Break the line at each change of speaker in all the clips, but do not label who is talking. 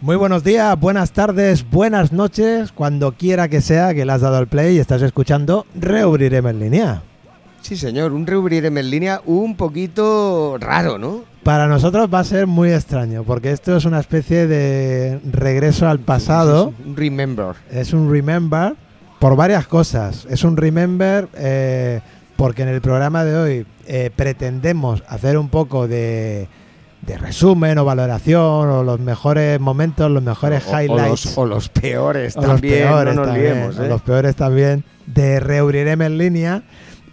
Muy buenos días, buenas tardes, buenas noches, cuando quiera que sea que le has dado al play y estás escuchando Reubriremos en línea.
Sí, señor, un reubrirem en línea un poquito raro, ¿no?
Para nosotros va a ser muy extraño, porque esto es una especie de regreso al pasado,
Un Remember.
es un remember por varias cosas. Es un remember eh, porque en el programa de hoy eh, pretendemos hacer un poco de, de resumen o valoración o los mejores momentos, los mejores
O- o
highlights.
los- O, los, peores
O
también,
los peores
no nos
también,
liemos,
o
¿eh?
los peores también, de Reubrirem en línea.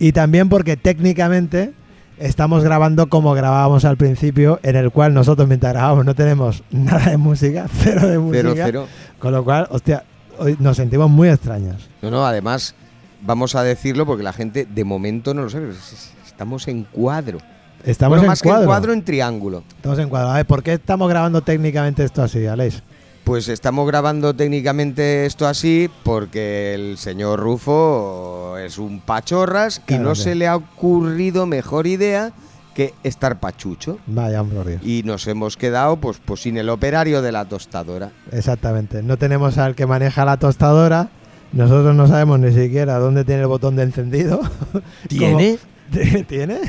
Y también porque técnicamente estamos grabando como grabábamos al principio, en el cual nosotros mientras grabábamos no tenemos nada de música, cero de música.
Cero, cero.
Con lo cual, hostia, hoy nos sentimos muy extraños.
No, no, además, vamos a decirlo porque la gente de momento no lo sabe. pero es- es- Estamos en cuadro.
Estamos
Bueno,
en,
más
cuadro.
que en cuadro, en triángulo.
Estamos en cuadro. A ver, ¿por qué estamos grabando técnicamente esto así, Aleix?
Pues estamos grabando técnicamente esto así porque el señor Rufo es un pachorras y no
Cállate.
se le ha ocurrido mejor idea que estar pachucho.
Vaya, hombre, por Dios.
Y nos hemos quedado pues, pues sin el operario de la tostadora.
Exactamente. No tenemos al que maneja la tostadora. Nosotros no sabemos ni siquiera dónde tiene el botón de encendido.
¿Tiene?
Como- ¿Tiene?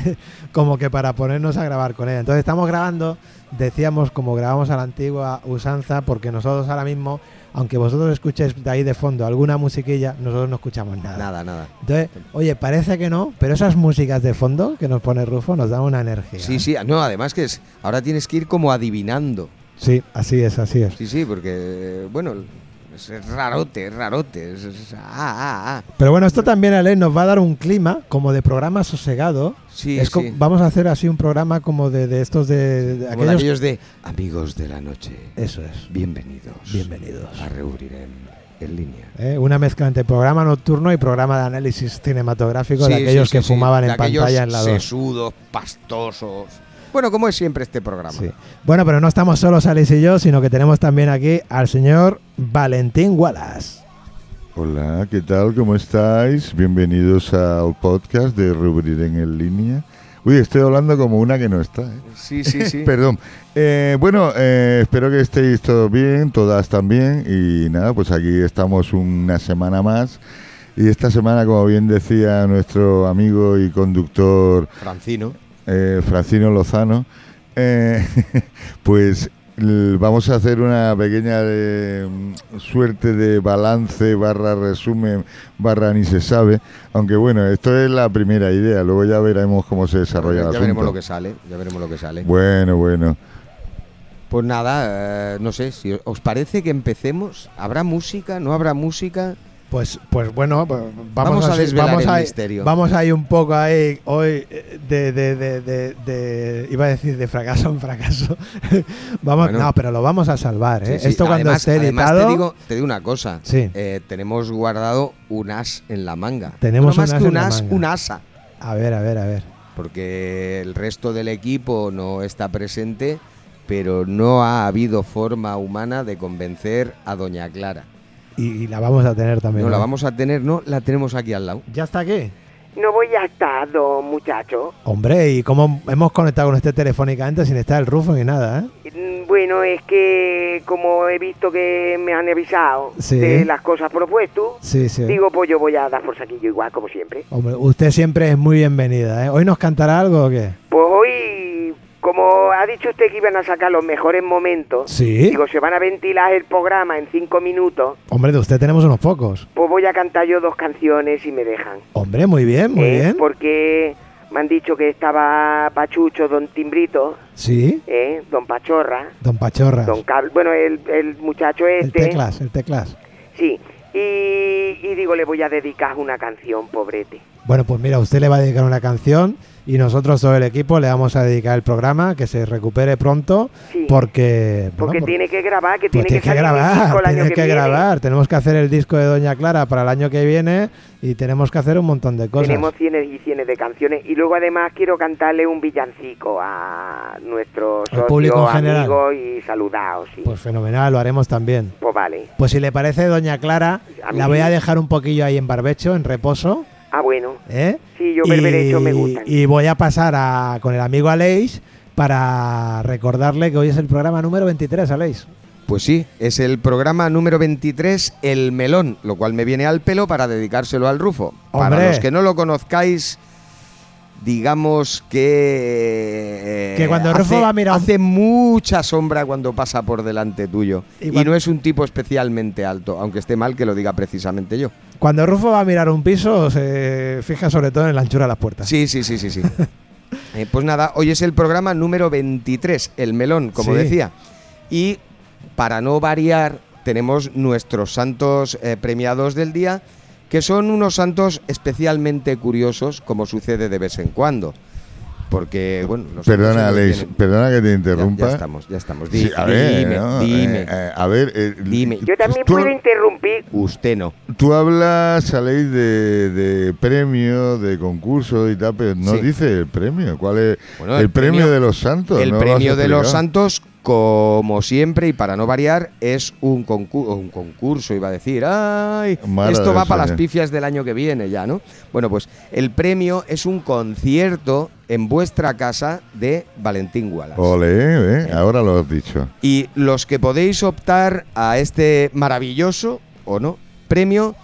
Como que para ponernos a grabar con ella. Entonces estamos grabando, decíamos, como grabamos a la antigua usanza, porque nosotros ahora mismo, aunque vosotros escuchéis de ahí de fondo alguna musiquilla, nosotros no escuchamos nada.
Nada, nada.
Entonces, oye, parece que no, pero esas músicas de fondo que nos pone Rufo nos dan una energía.
Sí, sí, no, además que es, ahora tienes que ir como adivinando.
Sí, así es, así es.
Sí, sí, porque, eh, bueno, es, es rarote, es rarote. es- es- ah, ah, ah.
Pero bueno, esto también, Ale, nos va a dar un clima como de programa sosegado.
Sí,
Es co-
sí.
Vamos a hacer así un programa como de, de estos de, de
Como de
aquellos...
aquellos de amigos de la noche.
Eso es.
Bienvenidos.
Bienvenidos.
A reunir en, en línea.
¿Eh? Una mezcla entre programa nocturno y programa de análisis cinematográfico de
Sí,
aquellos
sí,
que
sí, sí,
fumaban
de
en
aquellos
pantalla en la 2.
Sesudos, pastosos. Bueno, como es siempre este programa.
Sí. Bueno, pero no estamos solos Alice y yo, sino que tenemos también aquí al señor Valentín Wallace.
Hola, ¿qué tal? ¿Cómo estáis? Bienvenidos al podcast de Rubrir en el línea. Uy, estoy hablando como una que no está. ¿eh?
sí, sí. sí.
Perdón. Eh, bueno, eh, espero que estéis todos bien, todas también. Y nada, pues aquí estamos una semana más. Y esta semana, como bien decía nuestro amigo y conductor
Francino.
eh, Francino Lozano, eh, pues l- vamos a hacer una pequeña eh, mm, suerte de balance barra resumen barra ni se sabe, aunque bueno, esto es la primera idea, luego ya veremos cómo se
Este
desarrolla
ya
el
veremos lo
asunto.
que sale, ya veremos lo que sale.
Bueno, bueno.
Pues nada, eh, no sé, si os parece que empecemos, ¿habrá música? ¿No habrá música?
Pues, pues bueno, pues vamos,
Vamos a desvelar
vamos
el
a-
misterio.
Vamos ahí un poco ahí hoy eh, de, de- de- de- de- iba a decir de fracaso en fracaso. vamos,
Bueno.
no, pero lo vamos a salvar, ¿eh?
Sí, sí.
Esto cuando
Además-
esté
además
editado.
te digo, te digo una cosa.
Sí.
Eh, tenemos guardado un as en la manga.
Tenemos
no
un
más
as
que
en
un
la
as,
manga.
un asa.
A ver, a ver, a ver.
Porque el resto del equipo no está presente, pero no ha habido forma humana de convencer a Doña Clara.
Y, y la vamos a tener también.
No la
¿eh?
vamos a tener, no, la tenemos aquí al lado.
¿Ya está aquí?
No voy atado, muchacho.
Hombre, ¿y cómo hemos conectado con usted telefónicamente sin estar el rufo ni nada, eh?
Mm, Bueno, es que como he visto que me han avisado
Sí.
de las cosas propuestas,
Sí, sí.
digo, pues yo voy a dar por saquillo igual, como siempre.
Hombre, usted siempre es muy bienvenida, ¿eh? ¿Hoy nos cantará algo o qué?
Pues hoy, como ha dicho usted que iban a sacar los mejores momentos,
Sí.
digo, se van a ventilar el programa en cinco minutos,
Hombre, de usted tenemos unos pocos.
pues voy a cantar yo dos canciones y me dejan.
Hombre, muy bien, muy
¿eh?
bien.
Porque me han dicho que estaba Pachucho, don Timbrito,
Sí.
¿eh? don Pachorra,
Don Pachorra.
don Cab- bueno, el, el muchacho
El
este...
teclas, el teclas.
Sí, y, y digo, le voy a dedicar una canción, pobrete.
Bueno, pues mira, usted le va a dedicar una canción y nosotros todo el equipo le vamos a dedicar el programa, que se recupere pronto,
Sí.
porque... bueno,
Porque
por-
tiene que grabar, que
pues
tiene que, salir mi disco el año
tiene que,
viene.
grabar. Tenemos que hacer el disco de Doña Clara para el año que viene y tenemos que hacer un montón de cosas.
Tenemos cienes y cienes de canciones. Y luego, además, quiero cantarle un villancico a nuestro
Al
socio,
público en general.
amigo y saludaos. Sí.
Pues fenomenal, lo haremos también.
Pues vale.
Pues si le parece, Doña Clara,
A
la
mí-
voy a dejar un poquillo ahí en barbecho, en reposo.
Ah, bueno.
¿eh?
Sí, yo berberecho me gustan.
Y voy a pasar a- con el amigo Aleix para recordarle que hoy es el programa número 23, Aleix.
Pues sí, es el programa número 23, El Melón, lo cual me viene al pelo para dedicárselo al Rufo. Para
¡Hombre!
los que no lo conozcáis, digamos que. eh,
Que cuando Rufo
hace-
va a mirar-
Hace mucha sombra cuando pasa por delante tuyo.
Y
Y,
cuan-
no es un tipo especialmente alto, aunque esté mal que lo diga precisamente yo.
Cuando Rufo va a mirar un piso, se fija sobre todo en la anchura de las puertas.
Sí, sí, sí, sí, sí. Eh, pues nada, hoy es el programa número 23, El Melón, como
Sí.
decía. Y para no variar, tenemos nuestros santos eh, premiados del día, que son unos santos especialmente curiosos, como sucede de vez en cuando. Porque, bueno, los santos
Perdona,
siempre
Alex,
tienen-
perdona que te
Ya-
interrumpa.
Ya, estamos, ya estamos. Di-
Sí, a ver,
dime,
¿no?
dime.
Eh, eh, a ver, eh,
Dime.
Yo también
tú-
puedo interrumpir.
Usted no.
Tú hablas, Aleix, de, de premio, de concurso y tal, pero no
Sí.
dice el premio. ¿Cuál es
Bueno,
el,
el
premio,
premio-
de los santos?
El
¿no lo has
premio de los
explicado?
santos, como siempre y para no variar, es un, concu- un concurso, iba a decir. ¡Ay!
Madre
esto
del
va para las
Señor.
pifias del año que viene ya, ¿no? Bueno, pues el premio es un concierto en vuestra casa de Valentín Wallace.
Ole, eh, ahora lo has dicho.
Y los que podéis optar a este maravilloso, o no, premio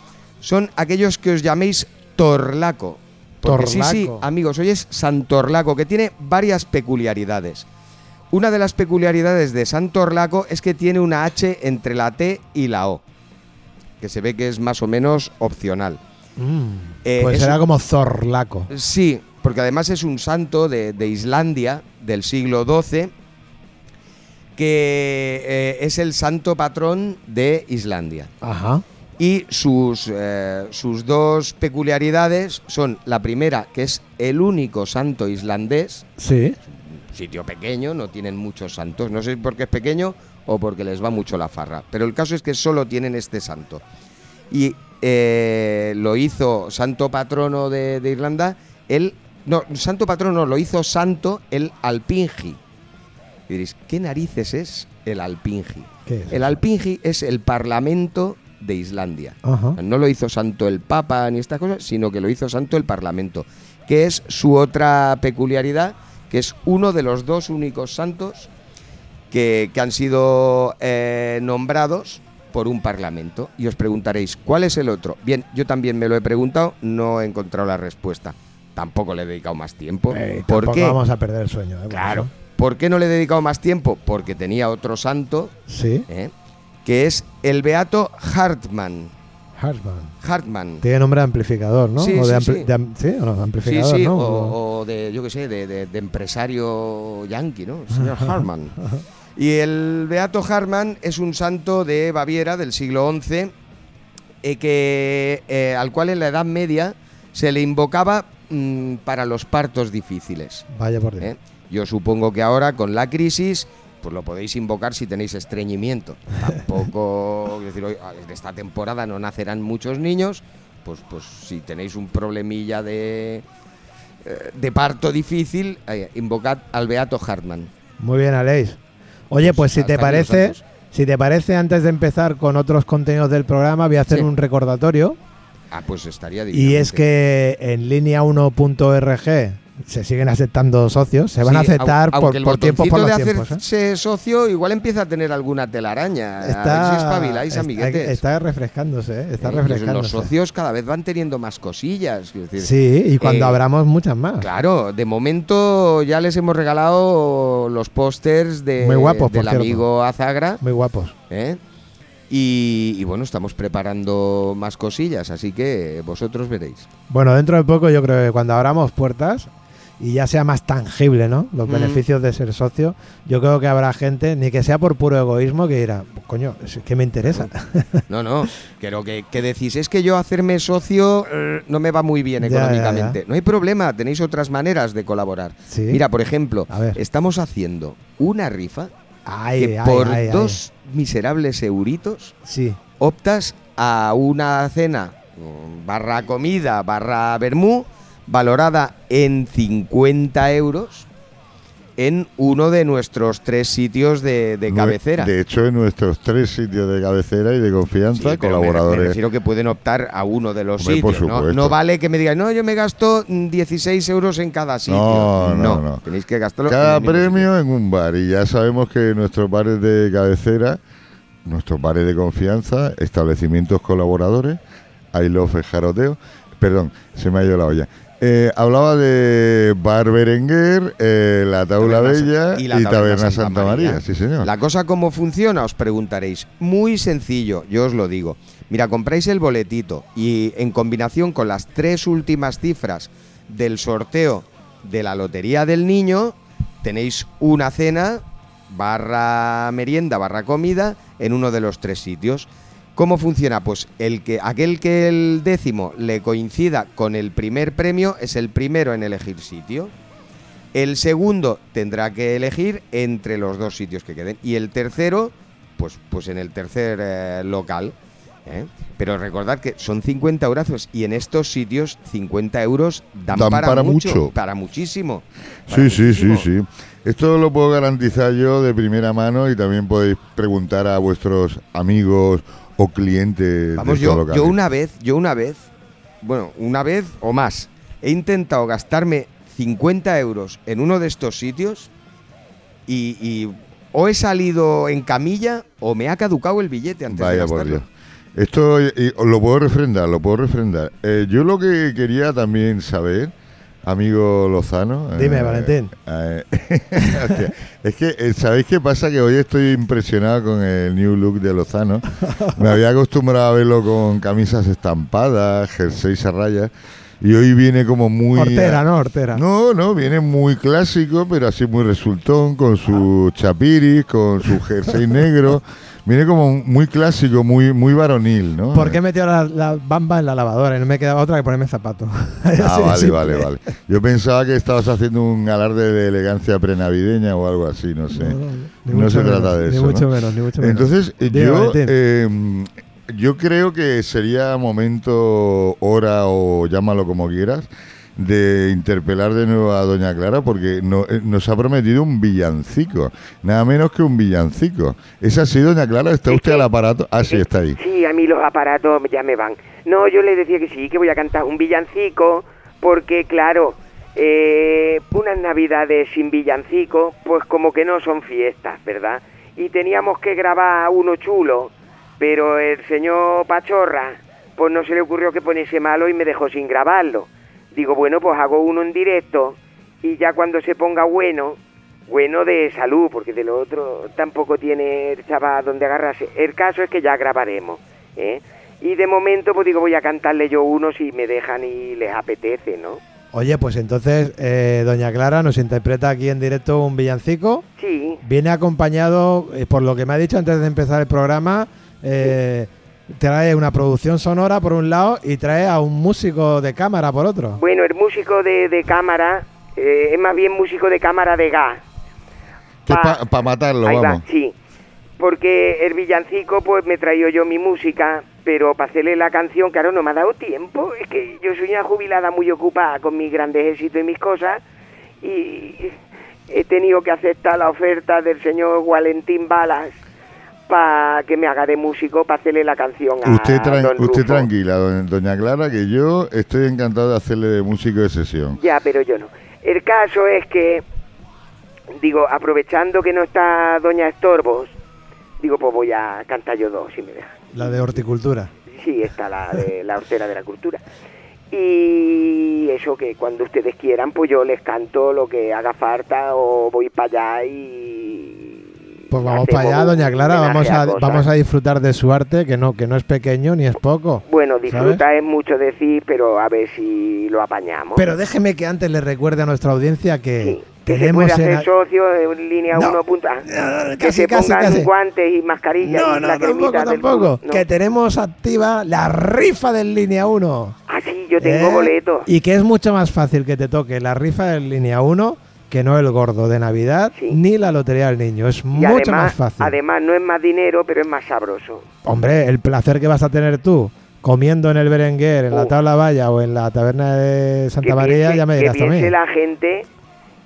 son aquellos que os llaméis Torlaco. Porque sí, sí,
Torlaco.
amigos, hoy es Santorlaco, que tiene varias peculiaridades. Una de las peculiaridades de Santorlaco es que tiene una H entre la T y la O, que se ve que es más o menos opcional.
Mm,
Eh,
pues
es
será
un-
como Zorlaco.
Sí, porque además es un santo de, de Islandia del siglo XII que eh, es el santo patrón de Islandia.
Ajá.
Y sus, eh, sus dos peculiaridades son la primera, que es el único santo islandés,
Sí.
sitio pequeño, no tienen muchos santos, no sé por qué es pequeño o porque les va mucho la farra, pero el caso es que solo tienen este santo. Y eh, lo hizo santo patrono de, de Irlanda, el... No, santo patrono lo hizo santo el Alpingi. Y diréis, ¿qué narices es el Alpingi?
¿Qué es
El
eso?
Alpingi es el parlamento de Islandia.
Ajá.
No lo hizo santo el Papa ni estas cosas, sino que lo hizo santo el Parlamento, que es su otra peculiaridad, que es uno de los dos únicos santos que, que han sido eh, nombrados por un Parlamento. Y os preguntaréis, ¿cuál es el otro? Bien, yo también me lo he preguntado, no he encontrado la respuesta. Tampoco le he dedicado más tiempo.
Eh,
¿Por
tampoco
qué?
vamos a perder el sueño. eh, por
Claro.
eso.
¿Por qué no le he dedicado más tiempo? Porque tenía otro santo,
Sí.
¿eh? que es el Beato Hartmann.
Hartman.
Hartmann.
Tiene nombre de amplificador, ¿no?
Sí,
o de
sí,
ampli-
sí.
de am- sí, o no,
Sí,
amplificador,
sí,
¿no?
o, o de, yo qué sé, de, de- de empresario yankee, ¿no? El señor Harman. Y el Beato Harman es un santo de Baviera del siglo XI, eh, que, eh, al cual en la Edad Media se le invocaba mm, para los partos difíciles.
Vaya por Dios.
¿eh? Yo supongo que ahora, con la crisis, pues lo podéis invocar si tenéis estreñimiento. Tampoco, quiero decir, hoy, en esta temporada no nacerán muchos niños, pues, pues si tenéis un problemilla de, eh, de parto difícil, eh, invocad al Beato Hartman.
Muy bien, Aleix. Oye, pues si
hasta
te
aquí
parece,
los santos.
si te parece, antes de empezar con otros contenidos del programa, voy a hacer
Sí.
un recordatorio.
Ah, pues estaría
Y es que en línea1.org se siguen aceptando socios, se van a aceptar por, por tiempo por los
de
tiempos. ¿eh?
hacerse socio igual empieza a tener alguna telaraña. A ver si espabiláis,
está-
amiguetes.
está refrescándose, ¿eh? está
Eh, pues
refrescándose.
Los socios cada vez van teniendo más cosillas. quiero decir,
sí, y cuando
eh,
abramos muchas más.
Claro, de momento ya les hemos regalado los pósters de,
Muy guapos, por
del
cierto.
amigo Azagra.
Muy guapos.
¿eh? Y, y bueno, estamos preparando más cosillas, así que vosotros veréis.
Bueno, dentro de poco yo creo que cuando abramos puertas y ya sea más tangible, ¿no? Los
Mm.
beneficios de ser socio, yo creo que habrá gente, ni que sea por puro egoísmo, que dirá, coño, es que me interesa.
No, no, creo que, que decís, es que yo hacerme socio eh, no me va muy bien
Ya, ya, ya.
económicamente. No hay problema, tenéis otras maneras de colaborar.
Sí.
Mira, por ejemplo,
A ver.
estamos haciendo una rifa
Ay,
que
ay,
por
ay, ay.
dos miserables euritos
Sí,
optas a una cena mm, barra comida barra vermú valorada en 50 euros en uno de nuestros tres sitios de, de
Nue-
cabecera.
De hecho, en nuestros tres sitios de cabecera y de
Sí,
confianza,
pero me- Me,
colaboradores.
refiero que pueden optar a uno de los
Hombre, por
sitios. ¿no? ¿no?
supuesto.
vale que me digan, no, yo me gasto mm, 16 euros en cada sitio.
No, no, no.
Tenéis que gastarlo. en
Cada
el mismo
premio en un bar. Y ya sabemos que nuestros bares de cabecera nuestros bares de confianza, establecimientos colaboradores, I love el jaroteo, perdón, se me ha ido la olla. Eh, hablaba de Bar Berenguer, eh, La Taula
Taberna
Bella
Sa-
y, Taberna Santa, María. sí señor.
La cosa cómo funciona, os preguntaréis. Muy sencillo, yo os lo digo. Mira, compráis el boletito y en combinación con las tres últimas cifras del sorteo de la Lotería del Niño, tenéis una cena barra merienda, barra comida en uno de los tres sitios. ¿Cómo funciona? Pues el que, aquel que el décimo le coincida con el primer premio es el primero en elegir sitio. El segundo tendrá que elegir entre los dos sitios que queden. Y el tercero, pues, pues en el tercer eh, local. ¿eh? Pero recordad que son 50 euros y en estos sitios 50 euros dan,
Dan para mucho.
Para muchísimo. para
Sí, sí, sí,
muchísimo.
sí. Esto lo puedo garantizar yo de primera mano y también podéis preguntar a vuestros amigos o clientes
Vamos,
de estos
yo,
locales.
yo una vez, yo una vez, bueno, una vez o más, he intentado gastarme 50 euros en uno de estos sitios y, y o he salido en camilla o me ha caducado el billete antes de
Vaya por
gastarlo.
Dios. Esto eh, eh, lo puedo refrendar, lo puedo refrendar. Eh, yo lo que quería también saber, amigo Lozano. eh,
Dime, Valentín.
eh, hostia, es que, eh, ¿sabéis qué pasa? Que hoy estoy impresionado con el new look de Lozano. Me había acostumbrado a verlo con camisas estampadas, jerseys a rayas. Y hoy viene como muy.
Hortera, ¿no? Hortera.
No, no, viene muy clásico, pero así muy resultón, con su chapiris, con su jersey negro. Viene como muy clásico, muy, muy varonil, ¿no?
¿Por qué he metido la, la bamba en la lavadora y no me quedaba otra que ponerme zapatos? Así de
Ah, vale,
simple.
vale, vale. Yo pensaba que estabas haciendo un alarde de elegancia prenavideña o algo así, no sé.
No, no, ni
No se
mucho
trata
menos,
de
Ni
eso,
mucho
¿no?
menos, ni mucho menos.
Entonces, eh,
Dime,
yo,
Valentín.
eh, yo creo que sería momento, hora o llámalo como quieras, de interpelar de nuevo a Doña Clara porque no- eh, nos ha prometido un villancico, nada menos que un villancico. ¿Es así, Doña Clara? ¿Está
Sí,
usted
sí.
al aparato? Ah, sí,
Eh,
está ahí.
Sí, a mí los aparatos ya me van. No, yo le decía que sí, que voy a cantar un villancico, porque claro, eh, unas navidades sin villancico, pues como que no son fiestas, ¿verdad? Y teníamos que grabar uno chulo, pero el señor Pachorra, pues no se le ocurrió que poniese malo y me dejó sin grabarlo. Digo, bueno, pues hago uno en directo y ya cuando se ponga bueno, bueno de salud, porque de lo otro tampoco tiene el chaval donde agarrarse. El caso es que ya grabaremos. ¿eh? Y de momento, pues digo, voy a cantarle yo uno si me dejan y les apetece, ¿no?
Oye, pues entonces eh, Doña Clara nos interpreta aquí en directo un villancico.
Sí,
Viene acompañado, eh, por lo que me ha dicho antes de empezar el programa, eh, trae una producción sonora por un lado y trae a un músico de cámara por otro.
bueno, el músico de, de cámara eh, es más bien músico de cámara de gas.
Para Pues matarlo,
Ah, Ahí
vamos.
va, sí. Porque el villancico, pues me traído yo mi música, pero para hacerle la canción, claro, no me ha dado tiempo. Es que yo soy una jubilada muy ocupada con mis grandes éxitos y mis cosas, y he tenido que aceptar la oferta del señor Valentín Balas para que me haga de músico para hacerle la canción a
Usted, tran-
don
usted
Rufo.
tranquila, don- Doña Clara, que yo estoy encantado de hacerle de músico de sesión.
Ya, pero yo no. El caso es que, digo, aprovechando que no está Doña Estorbos, digo, pues voy a cantar yo dos, si me dejan.
La de horticultura.
Sí, está la de la hortera de la cultura. Y eso que cuando ustedes quieran, pues yo les canto lo que haga falta o voy para allá y...
Pues vamos
hacemos
para allá,
un
Doña Clara, vamos
homenaje
a,
cosas.
vamos a disfrutar de su arte, que no, que no es pequeño ni es poco.
Bueno,
¿sabes?
disfruta es mucho decir, pero a ver si lo apañamos.
Pero déjeme que antes le recuerde a nuestra audiencia que
Sí, que se
tenemos
puede hacer
en a-
socio eh, en línea
No.
1. punta.
No, no,
que
casi,
se
casi,
pongan
casi.
guantes y mascarillas
No,
y
no,
la cremita
tampoco,
del
tampoco.
club, ¿no?
Que tenemos activa la rifa del línea 1.
Ah, sí, yo tengo
¿Eh?
boletos.
Y que es mucho más fácil que te toque la rifa de línea 1 que no el gordo de Navidad
Sí.
ni la lotería del niño. Es
Y
mucho
además,
más fácil.
además no es más dinero, pero es más sabroso.
Hombre, el placer que vas a tener tú comiendo en el Berenguer, en la
Uh.
Tabla Valla o en la Taberna de Santa
que
María,
piense-
ya me
que
dirás
piense
también.
la gente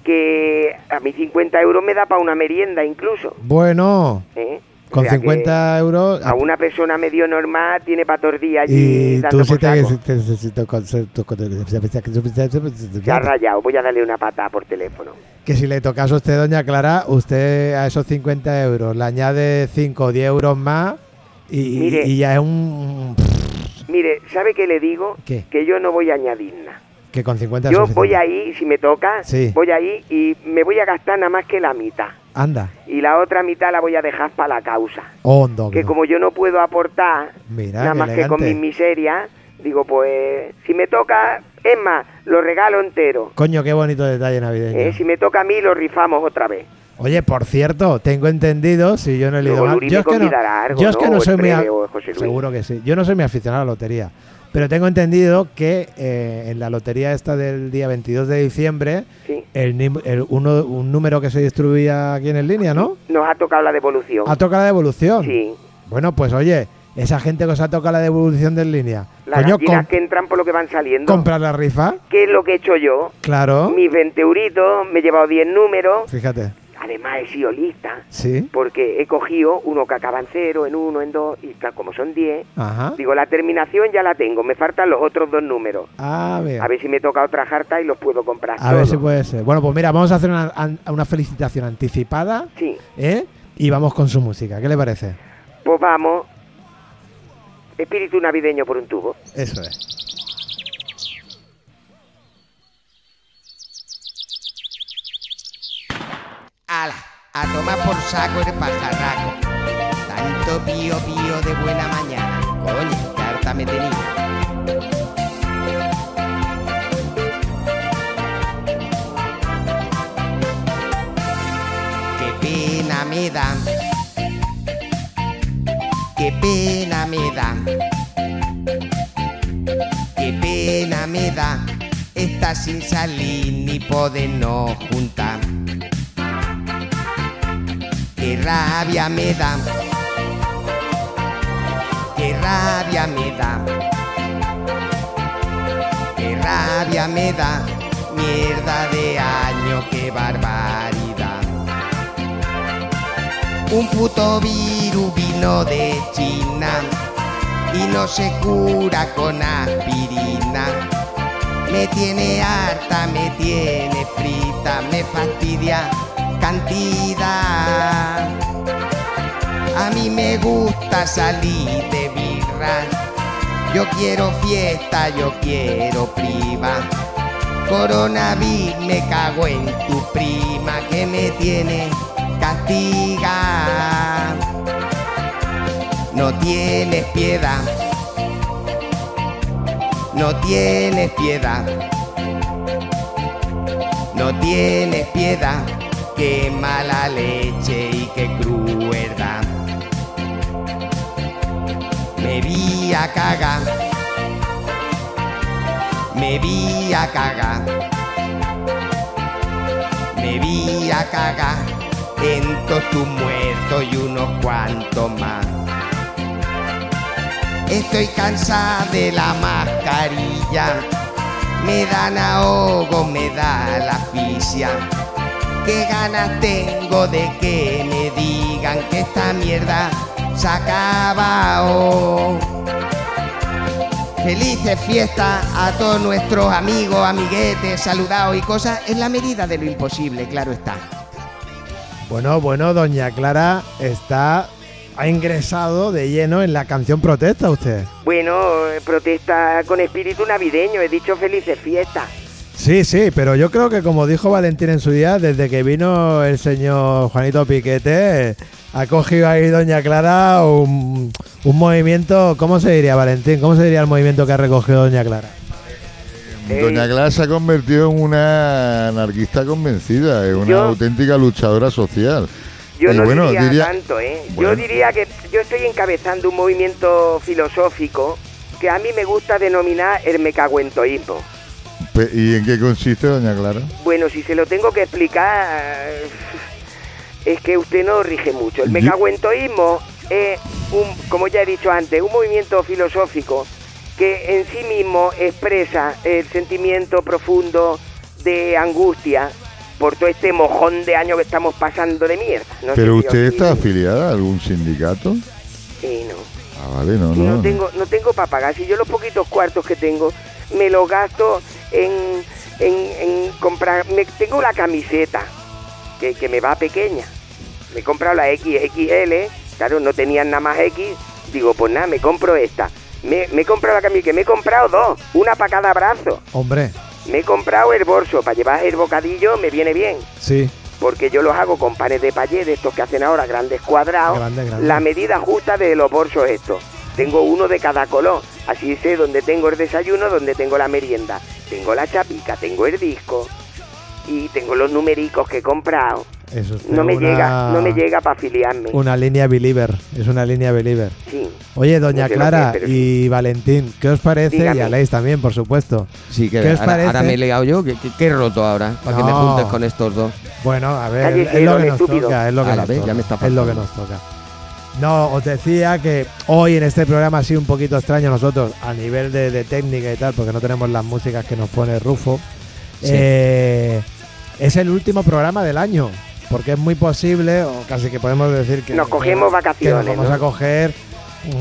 que a mí 50 euros me da para una merienda incluso.
Bueno,
¿eh?
Con
O sea que
50 euros.
A una persona medio normal tiene para dos días allí
Y
dando
tú
por
sí te
saco. Se ha
que
rayado, voy a darle una patada por teléfono.
que si le tocas a usted, doña Clara, usted a esos 50 euros le añade 5 o 10 euros más y,
Mire.
y ya es un...
Mire, ¿sabe qué le digo?
¿Qué?
Que yo no voy a añadir nada.
que con 50 es
Yo
suficiente.
voy ahí, si me toca,
Sí.
voy ahí y me voy a gastar nada más que la mitad.
Anda,
Y la otra mitad la voy a dejar para la causa.
o un doble.
Que como yo no puedo aportar
Mira,
nada
qué
más que con mis
elegante.
miserias, digo, pues si me toca, es más, lo regalo entero.
Coño, qué bonito detalle navideño.
Eh, si me toca a mí, lo rifamos otra vez.
Oye, por cierto, tengo entendido, si yo no he leído
Luego
mal,
Luri
yo
me
es que no,
convidará algo,
yo es que
¿no?
no
O
soy
el
muy a-
Preve o el José Luis.
seguro que sí, yo no soy muy aficionado a la lotería, pero tengo entendido que eh, en la lotería esta del día 22 de diciembre
Sí.
el, nim- el uno, un número que se distribuía aquí en el línea, ¿no?
Nos ha tocado la devolución.
Ha tocado la devolución.
Sí.
Bueno, pues oye, esa gente que os ha tocado la devolución del línea,
Las
coño,
gallinas
com-
que entran por lo que van saliendo.
comprar la rifa,
¿Qué es lo que he hecho yo?
claro,
Mis 20 euritos, me he llevado 10 números.
fíjate,
Además, he sido lista.
sí,
Porque he cogido uno que acaba en 0, en 1, en 2. Y claro, como son 10,
ajá,
digo, la terminación ya la tengo. Me faltan los otros dos números.
a ver.
A ver si me toca otra jarta y los puedo comprar.
A ver
todos.
si puede ser. Bueno, pues mira, vamos a hacer una, an- una felicitación anticipada,
Sí,
¿eh? Y vamos con su música, ¿qué le parece?
pues vamos. Espíritu navideño por un tubo.
Eso es.
Ala, a tomar por saco el pajarraco. Tanto pío pío de buena mañana. Coño, qué harta me tenía. Qué pena me da. Qué pena me da. Qué pena me da. Está sin salir ni podernos juntar qué rabia me da, qué rabia me da, qué rabia me da, mierda de año, qué barbaridad. Un puto virus vino de China y no se cura con aspirina. Me tiene harta, me tiene frita, me fastidia cantidad. A mí me gusta salir de birra. Yo quiero fiesta, yo quiero priva. Coronavirus, me cago en tu prima que me tiene castiga. No tienes piedad no tienes piedad, no tienes piedad, qué mala leche y qué crueldad. Me vi a cagar, me vi a cagar, me vi a cagar, en todos tus muertos y unos cuantos más. Estoy cansada de la mascarilla. Me dan ahogo, me da la asfixia. Qué ganas tengo de que me digan que esta mierda se acaba. oh. Felices fiestas a todos nuestros amigos, amiguetes, saludados y cosas en la medida de lo imposible, claro está.
Bueno, bueno, doña Clara está ha ingresado de lleno en la canción Protesta usted.
Bueno, eh, protesta con espíritu navideño. He dicho felices fiestas.
Sí, sí, pero yo creo que como dijo Valentín en su día, desde que vino el señor Juanito Piquete, eh, ha cogido ahí doña Clara un, un movimiento, ¿cómo se diría Valentín? ¿Cómo se diría el movimiento que ha recogido doña Clara?
Ey.
Doña Clara se ha convertido en una anarquista convencida, en una
Yo-
auténtica luchadora social.
Yo
Y
no
bueno,
diría,
diría-
tanto, ¿eh?
Bueno.
Yo diría que yo estoy encabezando un movimiento filosófico que a mí me gusta denominar el mecagüentoísmo.
Pe- ¿Y en qué consiste, doña Clara?
Bueno, si se lo tengo que explicar, es que usted no rige mucho. El
Yo-
mecagüentoísmo es, un, como ya he dicho antes, un movimiento filosófico que en sí mismo expresa el sentimiento profundo de angustia por todo este mojón de año que estamos pasando de mierda. No
¿Pero
sé si
usted
os-
está afiliada a algún sindicato?
Sí, no.
Ah, vale, no,
No,
no.
tengo, no tengo para pagar. Si yo los poquitos cuartos que tengo me los gasto en, en, en comprar. Me, tengo la camiseta que, que me va pequeña. Me he comprado la XXL. Claro, no tenían nada más X. Digo, pues nada, me compro esta. Me, me he comprado la camiseta, que me he comprado dos. Una para cada brazo.
Hombre,
Me he comprado el bolso. Para llevar el bocadillo me viene bien.
sí.
porque yo los hago con panes de payé, de estos que hacen ahora grandes cuadrados,
Grande, grande.
la medida justa de los bolsos estos. Tengo uno de cada color, así sé dónde tengo el desayuno, dónde tengo la merienda, tengo la chapica, tengo el disco y tengo los numericos que he comprado.
Eso es
No me
una-
llega, no me llega para afiliarme.
Una línea believer, es una línea believer.
Sí.
Oye, doña
Muchas
Clara
gracias, pero
y Valentín, ¿qué os parece? Y
Dígame.
a Aleix también, por supuesto.
Sí, que
¿Qué os
ahora, ahora
parece?
me he liado yo. ¿Qué, qué- qué he roto ahora? Para que me
No.
juntes con estos dos.
Bueno, a ver,
Cállese,
es lo
don
que nos
estúpido.
toca, es lo que,
A la
nos
vez,
toca,
ya me está
es lo que
faltando.
nos toca. No, os decía que hoy en este programa ha sido un poquito extraño nosotros a nivel de, de técnica y tal, porque no tenemos las músicas que nos pone Rufo.
Sí.
Eh, es el último programa del año, porque es muy posible, o casi que podemos decir que
Nos cogemos
que-
vacaciones,
que nos vamos
¿no?
a coger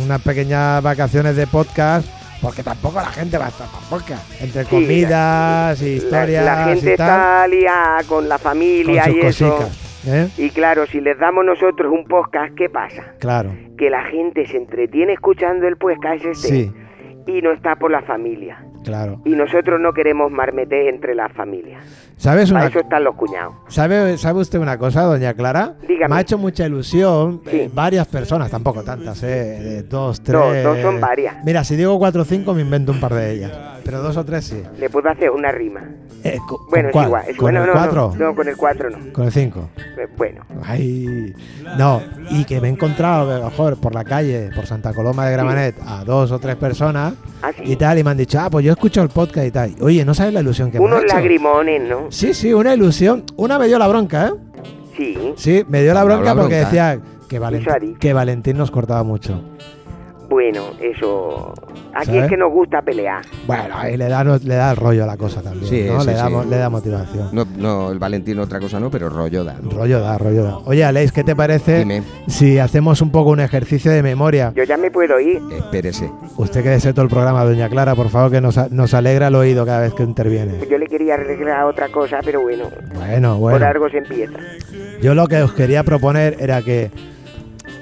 unas pequeñas vacaciones de podcast, porque tampoco la gente va a estar para podcast, entre
Sí,
comidas y
La,
historias
la gente
y tal,
está liada con la familia
con
y
sus
eso.
cositas. ¿eh?
Y claro, si les damos nosotros un podcast, ¿qué pasa?
Claro.
Que la gente se entretiene escuchando el podcast este
Sí,
y no está por la familia.
claro.
Y nosotros no queremos marmetés entre las familias.
¿Sabes
Para
una,
eso están los cuñados.
sabe, sabe usted una cosa, doña Clara?
Dígame.
Me ha hecho mucha ilusión
Sí.
eh, varias personas, tampoco tantas, ¿eh? De dos, tres.
dos son varias.
Mira, si digo cuatro o cinco me invento un par de ellas, pero dos o tres sí.
Le puedo hacer una rima.
Eh, co- ¿Con
Bueno, es
cuál?
igual. Es,
¿Con
bueno,
el
no,
cuatro?
No, no, con el 4 no.
¿Con el cinco?
Eh, Bueno,
Ay, no, y que me he encontrado a lo mejor por la calle, por Santa Coloma de Gramanet, a dos o tres personas
Ah, sí.
y tal, y me han dicho, ah, pues yo escucho el podcast y tal. Oye, ¿no sabes la ilusión que me ha
unos
hecho?
lagrimones, ¿no?
Sí, sí, una ilusión. Una me dio la bronca, ¿eh?
Sí.
Sí, me dio la bronca,
La bronca. ¿eh?
porque decía que, Valent-
Eso ha dicho.
que Valentín nos cortaba mucho.
Bueno, eso. Aquí
¿Sabes?
es que nos gusta pelear.
Bueno, ahí le da, le da el rollo a la cosa también,
Sí,
¿no?
sí,
le,
sí.
da, mo- le da motivación.
No, no, el Valentín otra cosa no, pero rollo da.
Rollo da, rollo da. Oye, Aleix, ¿qué te parece
Dime.
si hacemos un poco un ejercicio de memoria?
Yo ya me puedo ir.
Espérese.
Usted que desee todo el programa, doña Clara, por favor, que nos, a- nos alegra el oído cada vez que interviene.
Yo le quería arreglar otra cosa, pero bueno,
Bueno,
por
bueno.
algo se empieza.
Yo lo que os quería proponer era que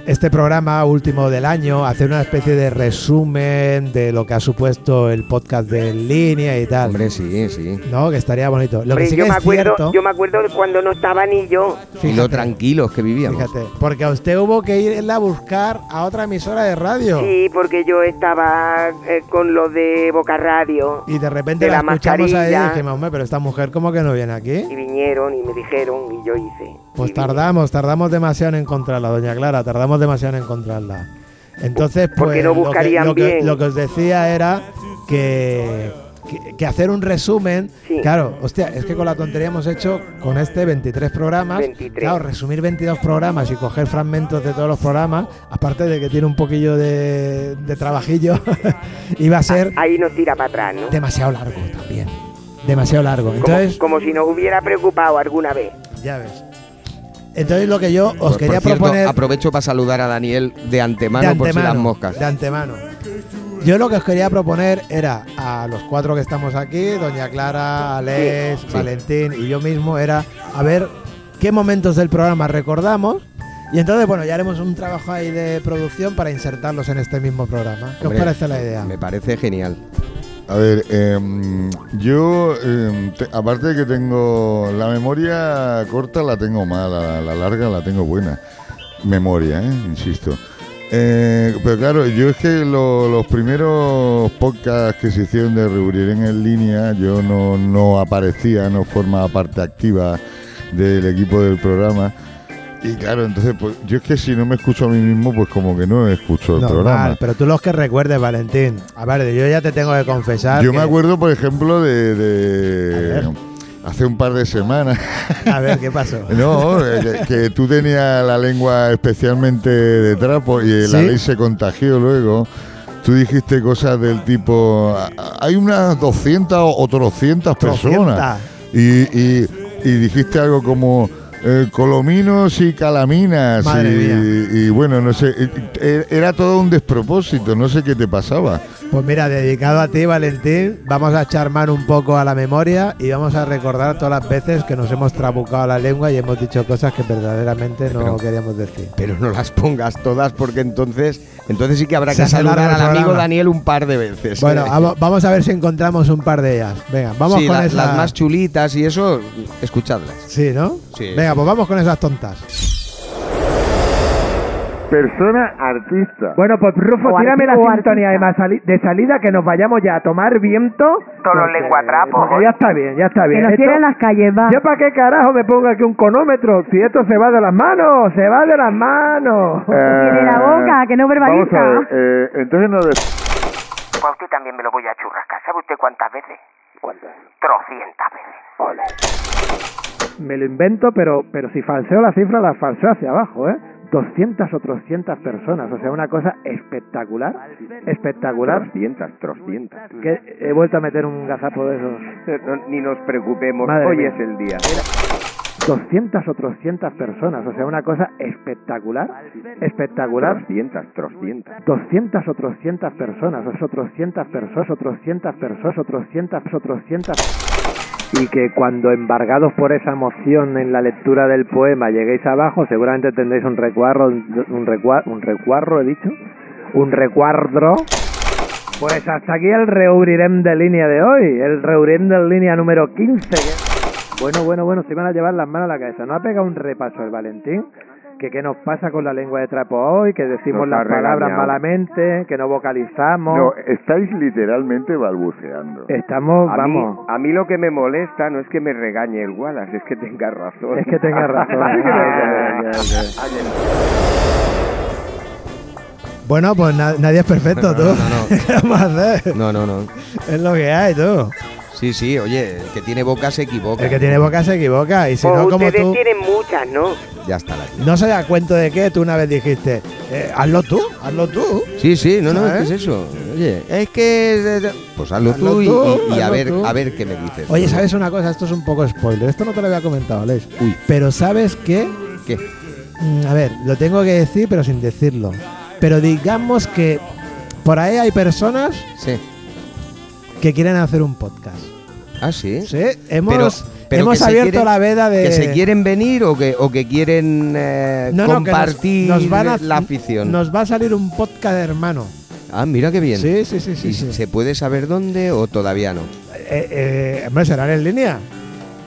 este programa último del año, hacer una especie de resumen de lo que ha supuesto el podcast de en línea y tal.
Hombre, sí, sí.
No, que estaría bonito. Lo
Hombre,
que sí que
yo, me
es
acuerdo,
cierto,
yo me acuerdo cuando no estaba ni yo.
Y lo tranquilos que vivíamos.
fíjate, porque a usted hubo que irla a buscar a otra emisora de radio
Sí, porque yo estaba eh, con lo de Boca Radio.
y de repente
de
la,
la
escuchamos a ella y
mascarilla.
dijimos, hombre, pero esta mujer cómo que no viene
y
aquí.
vinieron y me dijeron y yo hice.
Pues
Y vine.
tardamos, tardamos demasiado en encontrarla, doña Clara, tardamos demasiado en encontrarla. Entonces, pues
Porque no
lo que-
buscarían
lo, que,
bien.
lo que os decía era que, que, que hacer un resumen.
Sí.
Claro, hostia, es que con la tontería hemos hecho con este 23 programas.
23.
Claro, resumir 22 programas y coger fragmentos de todos los programas, aparte de que tiene un poquillo de, de trabajillo, iba a ser
Ahí nos tira para atrás, ¿no?
demasiado largo también. Demasiado largo.
Como-
Entonces,
como, si nos hubiera preocupado alguna vez.
ya ves. Entonces lo que yo os
Pues, Por-
quería
por cierto,
proponer...
aprovecho para saludar a Daniel de antemano, por si las moscas.
De antemano. Yo lo que os quería proponer era a los cuatro que estamos aquí, doña Clara, Alex, Valentín y yo mismo, era a ver qué momentos del programa recordamos. Y entonces, bueno, ya haremos un trabajo ahí de producción para insertarlos en este mismo programa. ¿Qué
Hombre,
os parece la idea?
Me parece genial.
A ver, em, yo, em, te- aparte de que tengo la memoria corta, la tengo mala, la larga la tengo buena. Memoria, ¿eh? insisto. Eh, pero claro, yo es que lo- los primeros podcasts que se hicieron de Reubrirén en línea, yo no, no aparecía, no formaba parte activa del equipo del programa. Y claro, entonces, pues yo es que si no me escucho a mí mismo, pues como que no escucho el
Normal,
programa.
pero tú los que recuerdes, Valentín. A ver, yo ya te tengo que confesar.
Yo
que-
me acuerdo, por ejemplo, de,
A
de-
ver.
hace un par de semanas,
A ver, ¿qué pasó?
no, eh, que, que tú tenías la lengua especialmente de trapo y la
¿Sí?
ley se contagió luego. Tú dijiste cosas del tipo, "Ah, hay unas 200 o 300 personas.
200.
Y, y y dijiste algo como eh, colominos y calaminas.
Madre
y,
mía.
y bueno, no sé, eh, era todo un despropósito, no sé qué te pasaba.
Pues mira, dedicado a ti, Valentín, vamos a echar mano un poco a la memoria y vamos a recordar todas las veces que nos hemos trabucado la lengua y hemos dicho cosas que verdaderamente no
Pero-
queríamos decir.
Pero no las pongas todas porque entonces, entonces sí que habrá
Se
que
hace largo
saludar
el
al amigo
programa.
Daniel un par de veces.
Bueno,
¿eh?
vamo- vamos a ver si encontramos un par de ellas. Venga, vamos
Sí,
con
la-
esa-
las más chulitas y eso, escuchadlas.
Sí, ¿no?
Sí.
Venga, pues vamos con esas tontas.
Persona artista.
Bueno, pues Rufo,
O
tírame la
artista, o
sintonía de,
artista.
ma- sali- de salida que nos vayamos ya a tomar viento.
Todos los
porque-
lenguatrapos.
porque Ya está bien, ya está
Que
bien.
nos
Esto-
cierren las calles, va.
¿Yo para qué carajo me pongo aquí un conómetro? Si esto se va de las manos, se va de las manos. Eh,
tiene la boca, que no verbaliza.
Vamos a ver, eh, entonces no des-
Pues a usted también me lo voy a churrascar. ¿Sabe usted cuántas veces? ¿Cuántas? Trocientas veces.
Me lo invento, pero, pero si falseo la cifra, la falseo hacia abajo, ¿eh? 200 o 300 personas, o sea, una cosa espectacular, espectacular,
300, 300.
que he vuelto a meter un gazapo de esos.
ni nos preocupemos,
Madre
hoy
mía.
es el día.
200 o 300 personas, o sea, una cosa espectacular, espectacular.
300, 300.
200 o 300 personas, o 300 personas, o 300 personas, o 300, o 300. Y que cuando embargados por esa emoción en la lectura del poema lleguéis abajo, seguramente tendréis un recuarro, un recuarro, un recuarro, he dicho, un recuadro. Pues hasta aquí el reurirem de línea de hoy, el reurirem de línea número 15. que- Bueno, bueno, bueno, se van a llevar las manos a la cabeza. ¿No ha pegado un repaso el Valentín? que qué nos pasa con la lengua de trapo hoy, que decimos
Nos ha
las palabras
regañado.
malamente, que no vocalizamos.
No, estáis literalmente balbuceando.
Eh,
Estamos,
eh, A mí,
vamos.
a mí lo que me molesta no es que me regañe el Wallace, es que tenga razón.
Es que tengas razón. Ah,
Sí que me regaña.
Bueno, pues na- nadie es perfecto, tú.
No, no, no.
¿Qué vamos a hacer?
No, no, no.
Es lo que hay, tú.
Sí, sí, oye, el que tiene boca se equivoca.
El que tiene boca se equivoca y si
Pues
no, como
ustedes
tú...
tienen muchas, ¿no?
Ya está la
No se da cuenta de qué tú una vez dijiste, eh, hazlo tú, hazlo tú.
Sí, sí, no, no,
¿Sabes?
¿qué es eso? Oye, es que... Pues hazlo,
Hazlo
tú y,
tú,
y- y a,
hazlo
ver,
tú.
a ver qué me dices.
Oye, ¿sabes una cosa? Esto es un poco spoiler. Esto no te lo había comentado, Alex.
Uy.
Pero ¿sabes qué?
¿Qué?
Mm, A ver, lo tengo que decir, pero sin decirlo. Pero digamos que por ahí hay personas
Sí.
que quieren hacer un podcast.
Ah, sí.
Sí, hemos,
pero
hemos
que se
abierto
quieren-
la veda de...
¿Que se quieren venir o que, o que quieren eh,
No, no, que nos-
compartir
nos van a-
la afición?
Nos va a salir un podcast hermano.
Ah, mira qué bien.
Sí, sí, sí, sí.
¿Y
sí.
¿Se puede saber dónde o todavía no?
Eh, eh, hombre, serán en línea.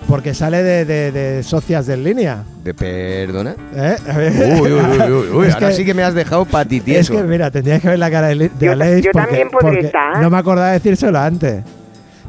Porque sale de, de- de socias de en línea.
¿De perdona?
¿eh? A ver.
Uy, uy, uy, uy, uy,
Es
ahora
que-
sí que me has dejado
Es
patitieso.
que mira, tendrías que ver la cara de, Li- de
Yo ta-
Aleix
yo
porque-
también podría
porque
estar.
No me acordaba de decírselo antes.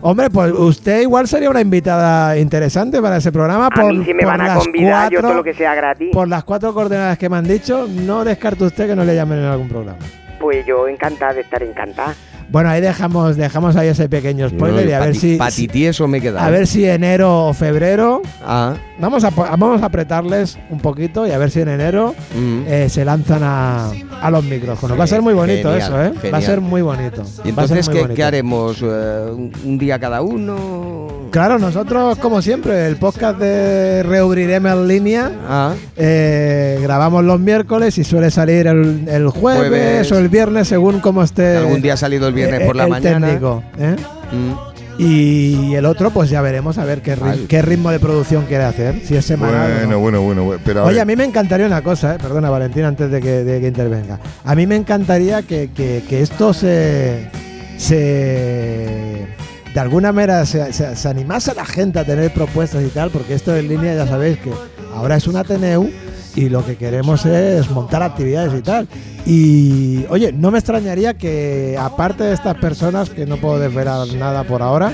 Hombre, pues usted igual sería una invitada interesante para ese programa.
A
Ah, Por,
mí sí me
por
van a
las
convidar, yo
cuatro-
todo lo que sea gratis.
Por las cuatro coordenadas que me han dicho, no descarto usted que no le llamen en algún programa.
Pues yo encantada de estar encantada.
Bueno, ahí dejamos, dejamos ahí ese pequeño spoiler
Uy,
y a ver
pati-
si,
Patitieso me he quedado.
a ver si enero o febrero
Ah,
Vamos a, po- vamos a apretarles un poquito y a ver si en enero
mm.
eh, se lanzan a, a los micrófonos. Va a ser muy bonito
Genial,
eso, ¿eh? Va a
genial.
ser muy bonito.
¿Y
Va a ser
entonces
muy
qué,
bonito.
qué haremos? Eh, un, un día cada uno?
Claro, nosotros, como siempre, el podcast de Reubriremos en línea.
Ah,
eh, grabamos los miércoles y suele salir el, el jueves,
Jueves.
o el viernes, según cómo esté.
algún día ha salido el viernes
eh,
por la
el
mañana.
técnico, ¿eh?
Mm.
Y el otro, pues ya veremos a ver qué, ri-
Ay.
qué ritmo de producción quiere hacer. Si es semanal. o
Bueno,
no.
bueno, bueno, bueno, pero a
Oye,
ver,
a mí me encantaría una cosa, eh, perdona Valentín, antes de que, de que intervenga. A mí me encantaría que, que- que esto se, se. de alguna manera se, se- se animase a la gente a tener propuestas y tal, porque esto en línea ya sabéis que ahora es un Ateneu y lo que queremos es montar actividades y tal. Y oye, no me extrañaría que, aparte de estas personas, que no puedo desvelar nada por ahora,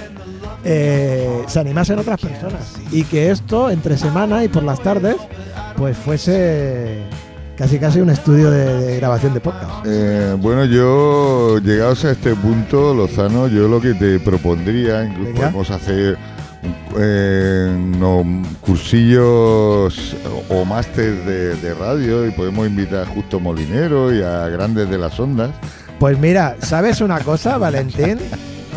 eh, se animasen otras personas y que esto entre semana y por las tardes pues fuese casi casi un estudio de, de grabación de podcast.
eh, bueno, yo, llegados a este punto, Lozano, yo lo que te propondría, incluso
Venga.
podemos hacer eh, no, cursillos o máster de, de radio y podemos invitar a Justo Molinero y a grandes de las ondas.
Pues mira, ¿sabes una cosa, Valentín?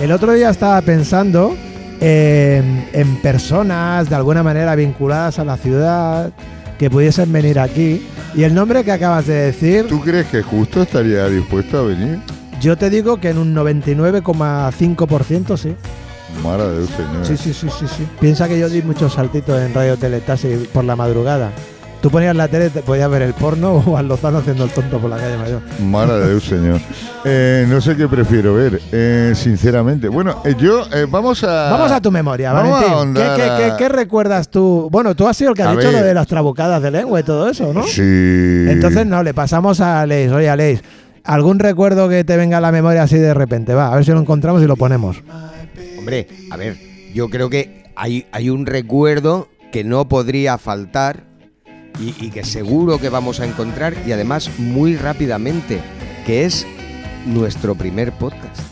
El otro día estaba pensando en, en personas de alguna manera vinculadas a la ciudad que pudiesen venir aquí. Y el nombre que acabas de decir,
¿Tú crees que justo estaría dispuesto a venir?
yo te digo que en un 99,5% sí.
Mara de Dios, señor.
Sí, sí, sí, sí, sí. Piensa que yo di muchos saltitos en Radio Teletaxi por la madrugada. Tú ponías la tele, te podías ver el porno o al Lozano haciendo el tonto por la calle mayor.
Mara de Dios, señor. Eh, no sé qué prefiero ver, eh, sinceramente. Bueno, eh, yo, eh, vamos a...
Vamos a tu memoria,
vamos a
Valentín. ¿Qué,
ahondar
qué, qué-
a-
qué recuerdas tú? Bueno, tú has sido el que has
A
dicho
ver.
lo de las trabucadas de lengua y todo eso, ¿no?
Sí.
Entonces no, le pasamos a Aleix. Oye, Aleix, ¿algún recuerdo que te venga a la memoria así de repente? Va, a ver si lo encontramos y lo ponemos.
Hombre, a ver, yo creo que hay, hay un recuerdo que no podría faltar y, y que seguro que vamos a encontrar y además muy rápidamente, que es nuestro primer podcast.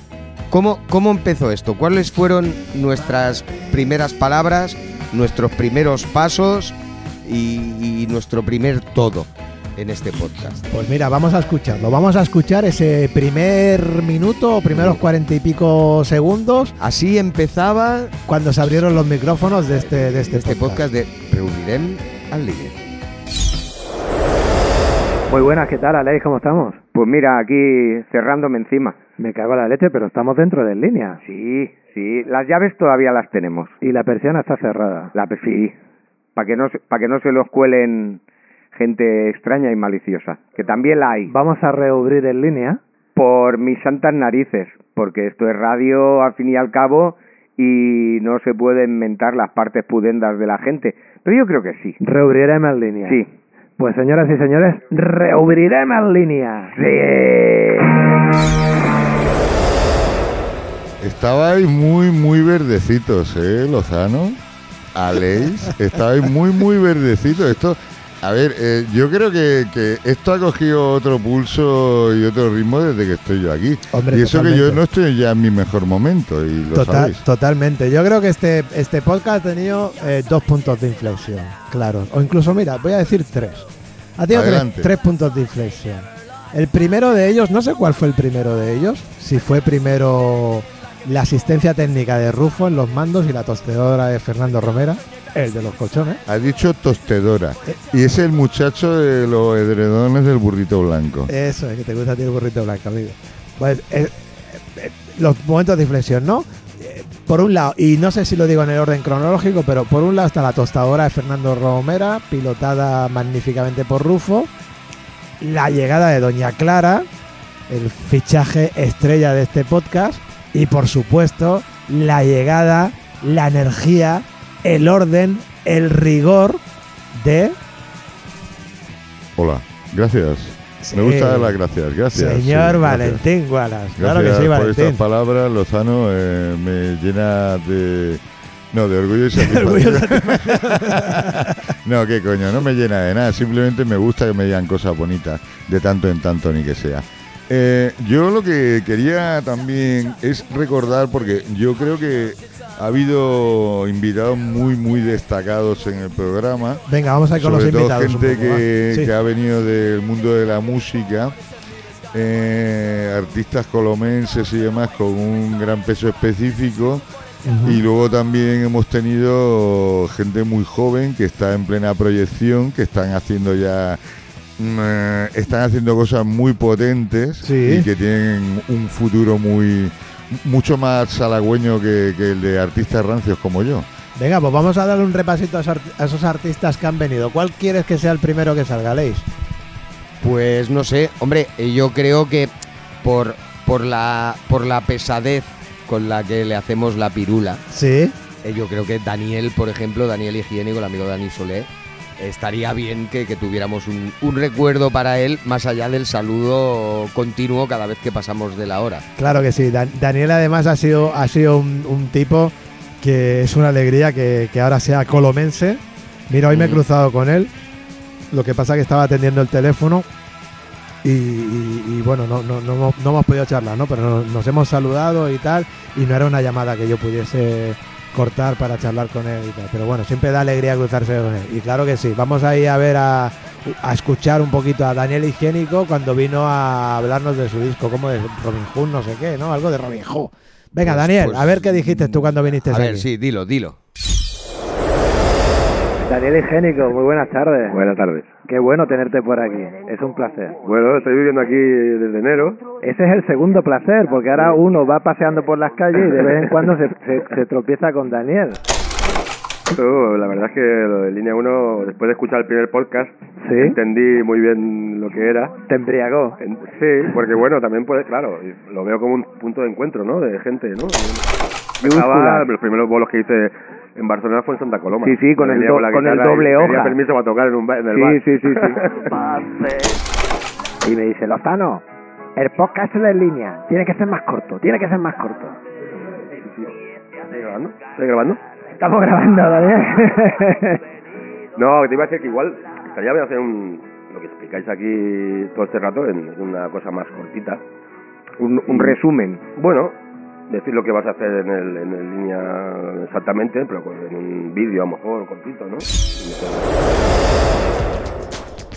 ¿Cómo, cómo empezó esto? ¿Cuáles fueron nuestras primeras palabras, nuestros primeros pasos y, y nuestro primer todo en este podcast?
Pues mira, vamos a escucharlo. Vamos a escuchar ese primer minuto o primeros cuarenta y pico segundos
Así empezaba
cuando se abrieron los micrófonos de este, de este,
este podcast de Reunirem al Líder.
Muy buenas, ¿qué tal, Aleix? ¿Cómo estamos?
Pues mira, aquí cerrándome encima.
Me cago en la leche, pero estamos dentro de línea.
Sí, sí, las llaves todavía las tenemos.
Y la persiana está cerrada.
La pe- sí, para que, no, se- pa' que no se los cuelen gente extraña y maliciosa, que también la hay.
Vamos a reubrir en línea.
Por mis santas narices, porque esto es radio al fin y al cabo y no se pueden mentar las partes pudendas de la gente. Pero yo creo que sí.
Reubriremos en línea.
Sí.
Pues señoras y señores, reubriremos en línea.
Sí.
Estabais muy, muy verdecitos, ¿eh, Lozano? Aleix, estabais muy, muy verdecitos. Esto, a ver, eh, yo creo que, que esto ha cogido otro pulso y otro ritmo desde que estoy yo aquí.
Hombre,
y eso que
totalmente.
yo no estoy ya en mi mejor momento, y lo
Total-
sabéis.
totalmente. Yo creo que este, este podcast ha tenido eh, dos puntos de inflexión, claro. O incluso, mira, voy a decir tres. Ha tenido tres,
Adelante.
tres puntos de inflexión. El primero de ellos, no sé cuál fue el primero de ellos, si fue primero la asistencia técnica de Rufo en los mandos y la tostedora de Fernando Romera, el de los colchones.
Ha dicho tostedora.
Eh.
Y es el muchacho de los edredones del burrito blanco.
Eso, es que te gusta tirar burrito blanco, amigo. Pues eh, eh, los momentos de inflexión, ¿no? Eh, Por un lado, y no sé si lo digo en el orden cronológico, pero por un lado está la tostadora de Fernando Romera, pilotada magníficamente por Rufo, la llegada de Doña Clara, el fichaje estrella de este podcast, y por supuesto, la llegada, la energía, el orden, el rigor de...
Hola, gracias. Me gusta dar
Sí.
las gracias, gracias. sí,
Señor
gracias.
Valentín Wallace. Claro que
Gracias
sí,
por
Valentín.
estas palabras, Lozano, eh, me llena de... No, de orgullo y
orgullo y
satisfacción. no, qué coño, no me llena de nada. Simplemente me gusta que me digan cosas bonitas, de tanto en tanto, ni que sea. Eh, yo lo que quería también es recordar, porque yo creo que ha habido invitados muy, muy destacados en el programa
Venga, vamos a ir con
sobre
los
todo
invitados. un
gente
poco,
que,
va. Sí.
que ha venido del mundo de la música, eh, artistas colomenses y demás con un gran peso específico.
Ujú.
Y luego también hemos tenido gente muy joven que está en plena proyección, que están haciendo ya mm, eh, están haciendo cosas muy potentes
Sí.
y que tienen un futuro muy mucho más halagüeño que, que el de artistas rancios como yo.
Venga, pues vamos a darle un repasito a esos, art- a esos artistas que han venido. ¿Cuál quieres que sea el primero que salga, Leis?
Pues no sé, hombre, eh, yo creo que por, por, la, por la pesadez con la que le hacemos la pirula,
Sí.
eh, yo creo que Daniel, por ejemplo, Daniel Higiénico, el amigo Dani Solé, estaría bien que, que tuviéramos un, un recuerdo para él más allá del saludo continuo cada vez que pasamos de la hora.
Claro que sí. Dan- Daniel además ha sido, ha sido un, un tipo que es una alegría que, que ahora sea colomense. Mira, hoy me he
Mm.
cruzado con él. Lo que pasa que estaba atendiendo el teléfono y, y- y bueno, no, no, no, hemos- no hemos podido charlar, ¿no? Pero no- nos hemos saludado y tal. Y no era una llamada que yo pudiese cortar para charlar con él y tal. Pero bueno, siempre da alegría cruzarse con él. Y claro que sí. Vamos ahí a ver a, a escuchar un poquito a Daniel Higiénico cuando vino a hablarnos de su disco, como de Robin Hood, no sé qué, ¿no? Algo de Robin Hood. Venga,
Pues-
Daniel,
pues,
a ver qué dijiste tú cuando viniste
A
aquí.
ver, sí, dilo, dilo.
Daniel Higiénico, muy buenas tardes.
Buenas tardes.
Qué bueno tenerte por aquí, es un placer.
Bueno, estoy viviendo aquí desde enero.
Ese es el segundo placer, porque ahora uno va paseando por las calles y de vez en cuando se, se- se tropieza con Daniel.
Yo, la verdad es que lo de Línea 1, después de escuchar el primer podcast,
¿Sí?
entendí muy bien lo que era.
Te embriagó.
En- Sí, porque bueno, también puede, claro, y lo veo como un punto de encuentro, ¿no? De gente, ¿no? Estaba, los primeros bolos que hice en Barcelona fue en Santa Coloma.
Sí, sí, con el
Venía
do-
la
con el
guitarra y
doble
pedía
hoja.
permiso para tocar en, un ba- en el
Sí,
bar.
sí, sí, Y me dice, Lozano, el podcast es en línea, tiene que ser más corto, tiene que ser más corto.
¿Estoy grabando? ¿Estoy grabando?
Estamos grabando, Daniel.
No, te iba a decir que igual estaría bien hacer un, lo que explicáis aquí todo este rato en una cosa más cortita.
Un, un resumen.
Bueno, decir lo que vas a hacer en el, en el línea exactamente, pero con- en un vídeo a lo mejor cortito, ¿no?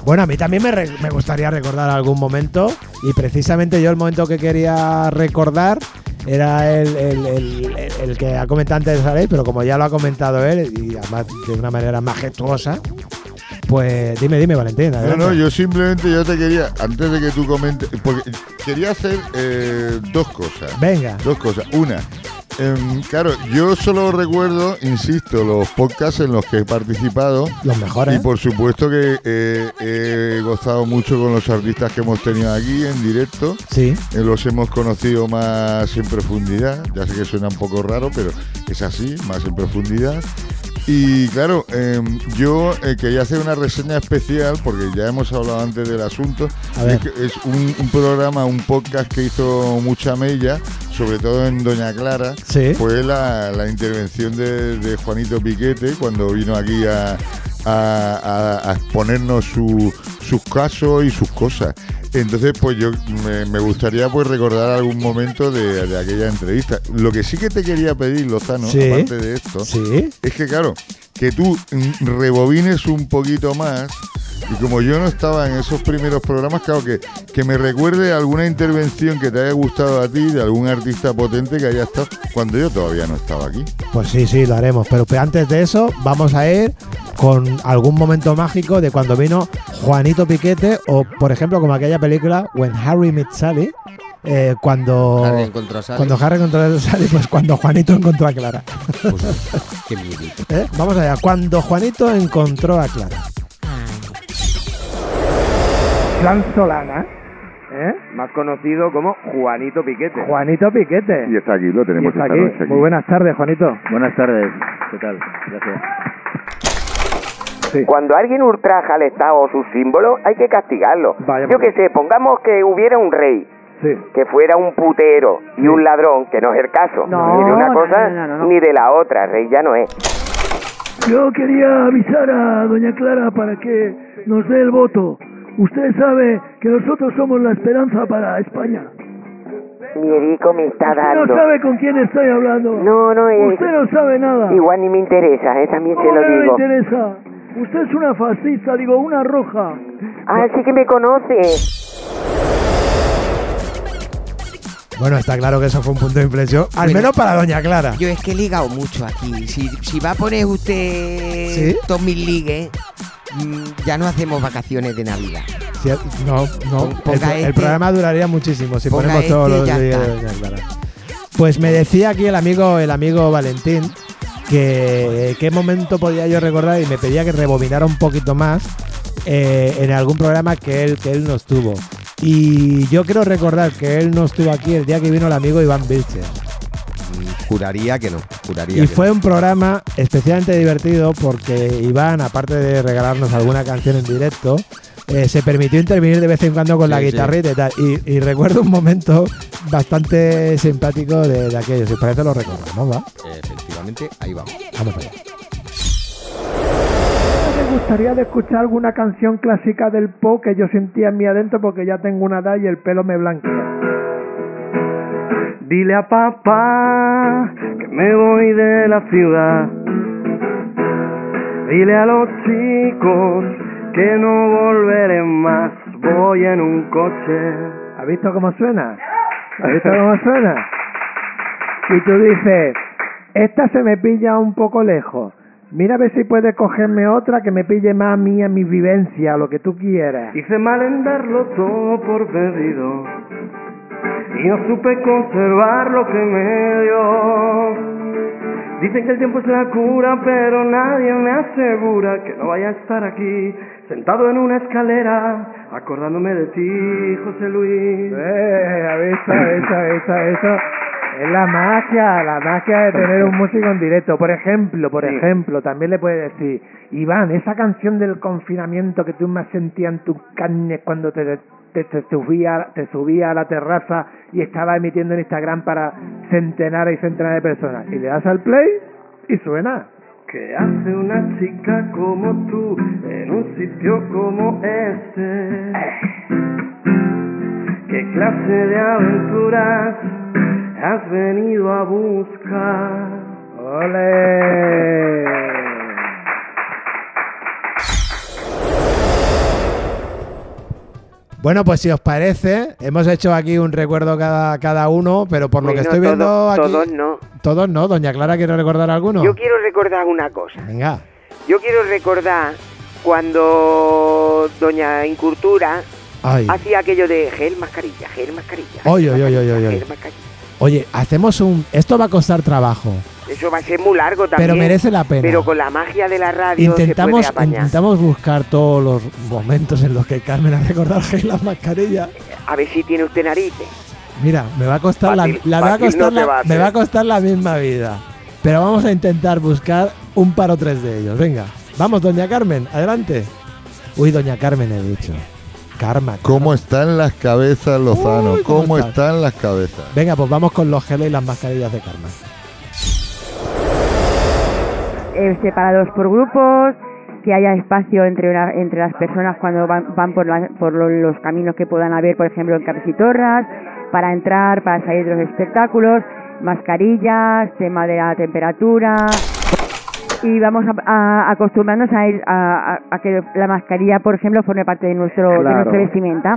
Bueno, a mí también me, re- me gustaría recordar algún momento y precisamente yo el momento que quería recordar era el, el- el- el- el que ha comentado antes Arey, pero como ya lo ha comentado él y además de una manera majestuosa, pues dime, dime Valentín.
No,
adelante.
no, yo simplemente yo te quería, antes de que tú comentes, porque quería hacer eh, dos cosas.
Venga,
Dos cosas. Una, em, claro, yo solo recuerdo, insisto, los podcasts en los que he participado.
los mejores.
Y por supuesto que eh, he gozado mucho con los artistas que hemos tenido aquí en directo.
Sí,
Eh, los hemos conocido más en profundidad. Ya sé que suena un poco raro, pero es así, más en profundidad. Y claro, eh, yo eh, quería hacer una reseña especial, porque ya hemos hablado antes del asunto.
A ver.
Es, que es un, un programa, un podcast que hizo mucha mella, sobre todo en Doña Clara.
sí.
Fue la, la intervención de, de Juanito Piquete cuando vino aquí a, a- a- a exponernos su- sus casos y sus cosas. Entonces, pues yo me, me gustaría pues recordar algún momento de, de aquella entrevista. Lo que sí que te quería pedir, Lozano,
Sí.
aparte de esto,
Sí,
es que claro, que tú mm, rebobines un poquito más. Y como yo no estaba en esos primeros programas, claro que, que me recuerde alguna intervención que te haya gustado a ti de algún artista potente que haya estado cuando yo todavía no estaba aquí.
pues sí, sí, lo haremos. Pero pe- antes de eso, vamos a ir con algún momento mágico de cuando vino Juanito Piquete o, por ejemplo, como aquella película When Harry Met Sally, eh, cuando...
Harry encontró a Sally.
Cuando Harry encontró a Sally, pues cuando Juanito encontró a Clara.
Pues, Qué miedito.
¿Eh? Vamos allá, cuando Juanito encontró a Clara.
Juan Solana, ¿eh?
Más conocido como Juanito Piquete.
Juanito Piquete.
Y está aquí, lo
Y
tenemos
está
esta
aquí.
noche aquí.
Muy buenas tardes, Juanito.
Buenas tardes, ¿qué tal? Gracias.
Cuando alguien ultraja al Estado o sus símbolos, hay que castigarlo.
Vaya
Yo
por
que sé, pongamos que hubiera un rey
Sí.
que fuera un putero y un ladrón, que no es el caso,
No,
ni de una
no,
cosa
no, no, no, no.
ni de la otra, rey ya no es.
Yo quería avisar a doña Clara para que nos dé el voto. Usted sabe que nosotros somos la esperanza para España.
Miedico me está
Usted no
dando.
sabe con quién estoy hablando.
No, no, eh,
Usted no sabe nada.
igual ni me interesa, eh, también
¿Cómo
se lo
que no le
digo.
interesa? Usted es una fascista, digo, una roja.
Ah, sí que me conoce.
Bueno, está claro que eso fue un punto de inflexión, al
Bueno.
menos para Doña Clara.
Yo es que he ligado mucho aquí. Si, si va a poner usted
¿Sí?
todos mis ligues, mm, ya no hacemos vacaciones de Navidad.
Sí, no, no.
Pon-
El,
ponga
pro- el
este.
programa duraría muchísimo si
Ponga
ponemos todos
este y
los
ya
días de
está.
Doña Clara. Pues me decía aquí el amigo, el amigo Valentín que qué momento podía yo recordar y me pedía que rebobinara un poquito más eh, en algún programa que él, que él no estuvo. Y yo quiero recordar que él no estuvo aquí el día que vino el amigo Iván Vilches.
Mm, Juraría que no, juraría
Y
que
fue un programa especialmente divertido porque Iván, aparte de regalarnos alguna canción en directo, eh, se permitió intervenir de vez en cuando con la
Sí, sí.
guitarrita y tal. Y, y recuerdo un momento bastante simpático de, de aquello. Si os parece, lo recordamos, ¿va?
no. Efectivamente, ahí vamos.
Vamos para allá.
Me gustaría de escuchar alguna canción clásica del pop que yo sentía en mi adentro porque ya tengo una edad y el pelo me blanquea. Dile a papá que me voy de la ciudad. Dile a los chicos que no volveré más. Voy en un coche.
¿Has visto cómo suena? ¿Has visto cómo suena?
Y tú dices, esta se me pilla un poco lejos. Mira a ver si puedes cogerme otra que me pille más a mí, a mi vivencia, lo que tú quieras.
Hice mal en darlo todo por perdido. Y no supe conservar lo que me dio. Dicen que el tiempo es la cura, pero nadie me asegura que no vaya a estar aquí, sentado en una escalera, acordándome de ti, José Luis.
Eh, a ver, eso, eso, eso, eso. Es la magia, la magia de tener un músico en directo. Por ejemplo, por
Sí.
ejemplo, también le puedes decir, Iván, esa canción del confinamiento que tú más sentías en tus carnes cuando te, te, te subía, te subía a la terraza y estaba emitiendo en Instagram para centenares y centenares de personas. Y le das al play y suena.
¿Qué hace una chica como tú en un sitio como este? ¿Qué clase de aventuras has venido a buscar?
¡Ole!
Bueno, pues si os parece, hemos hecho aquí un recuerdo cada, cada uno, pero por lo que
Bueno,
estoy viendo
todo-
aquí.
todos no.
Todos no, doña Clara quiere recordar alguno.
Yo quiero recordar una cosa.
Venga.
Yo quiero recordar cuando Doña Incultura
Ay.
hacía aquello de gel mascarilla, gel mascarilla.
Oy,
gel
oy, oy,
mascarilla,
oy, oy.
gel mascarilla.
Oye, hacemos un. Esto va a costar trabajo.
Eso va a ser muy largo también.
Pero merece la pena.
Pero con la magia de la radio
intentamos,
se puede apañar.
intentamos buscar todos los momentos en los que Carmen ha recordado que las mascarillas.
A ver si tiene usted narices.
Mira, me va a costar la,
Fácil,
la- me va a
fácil
costar
no te
la-
va a
me va a
hacer.
costar la misma vida. Pero vamos a intentar buscar un par o tres de ellos. Venga, vamos, doña Carmen, adelante. Uy, doña Carmen he dicho. Karma.
¿Cómo están las cabezas, Lozano?
Uy, ¿cómo
¿Cómo
están?
están las cabezas?
Venga, pues vamos con los geles y las mascarillas de Karma.
eh, separados por grupos, que haya espacio entre, una- entre las personas cuando van, van por, la- por lo- los caminos que puedan haber, por ejemplo, en Capsitorras, para entrar, para salir de los espectáculos, mascarillas, tema de la temperatura. Y vamos a, a- acostumbrarnos a, ir a, a- a que la mascarilla, por ejemplo, forme parte de, nuestro, de
Claro.
nuestra vestimenta.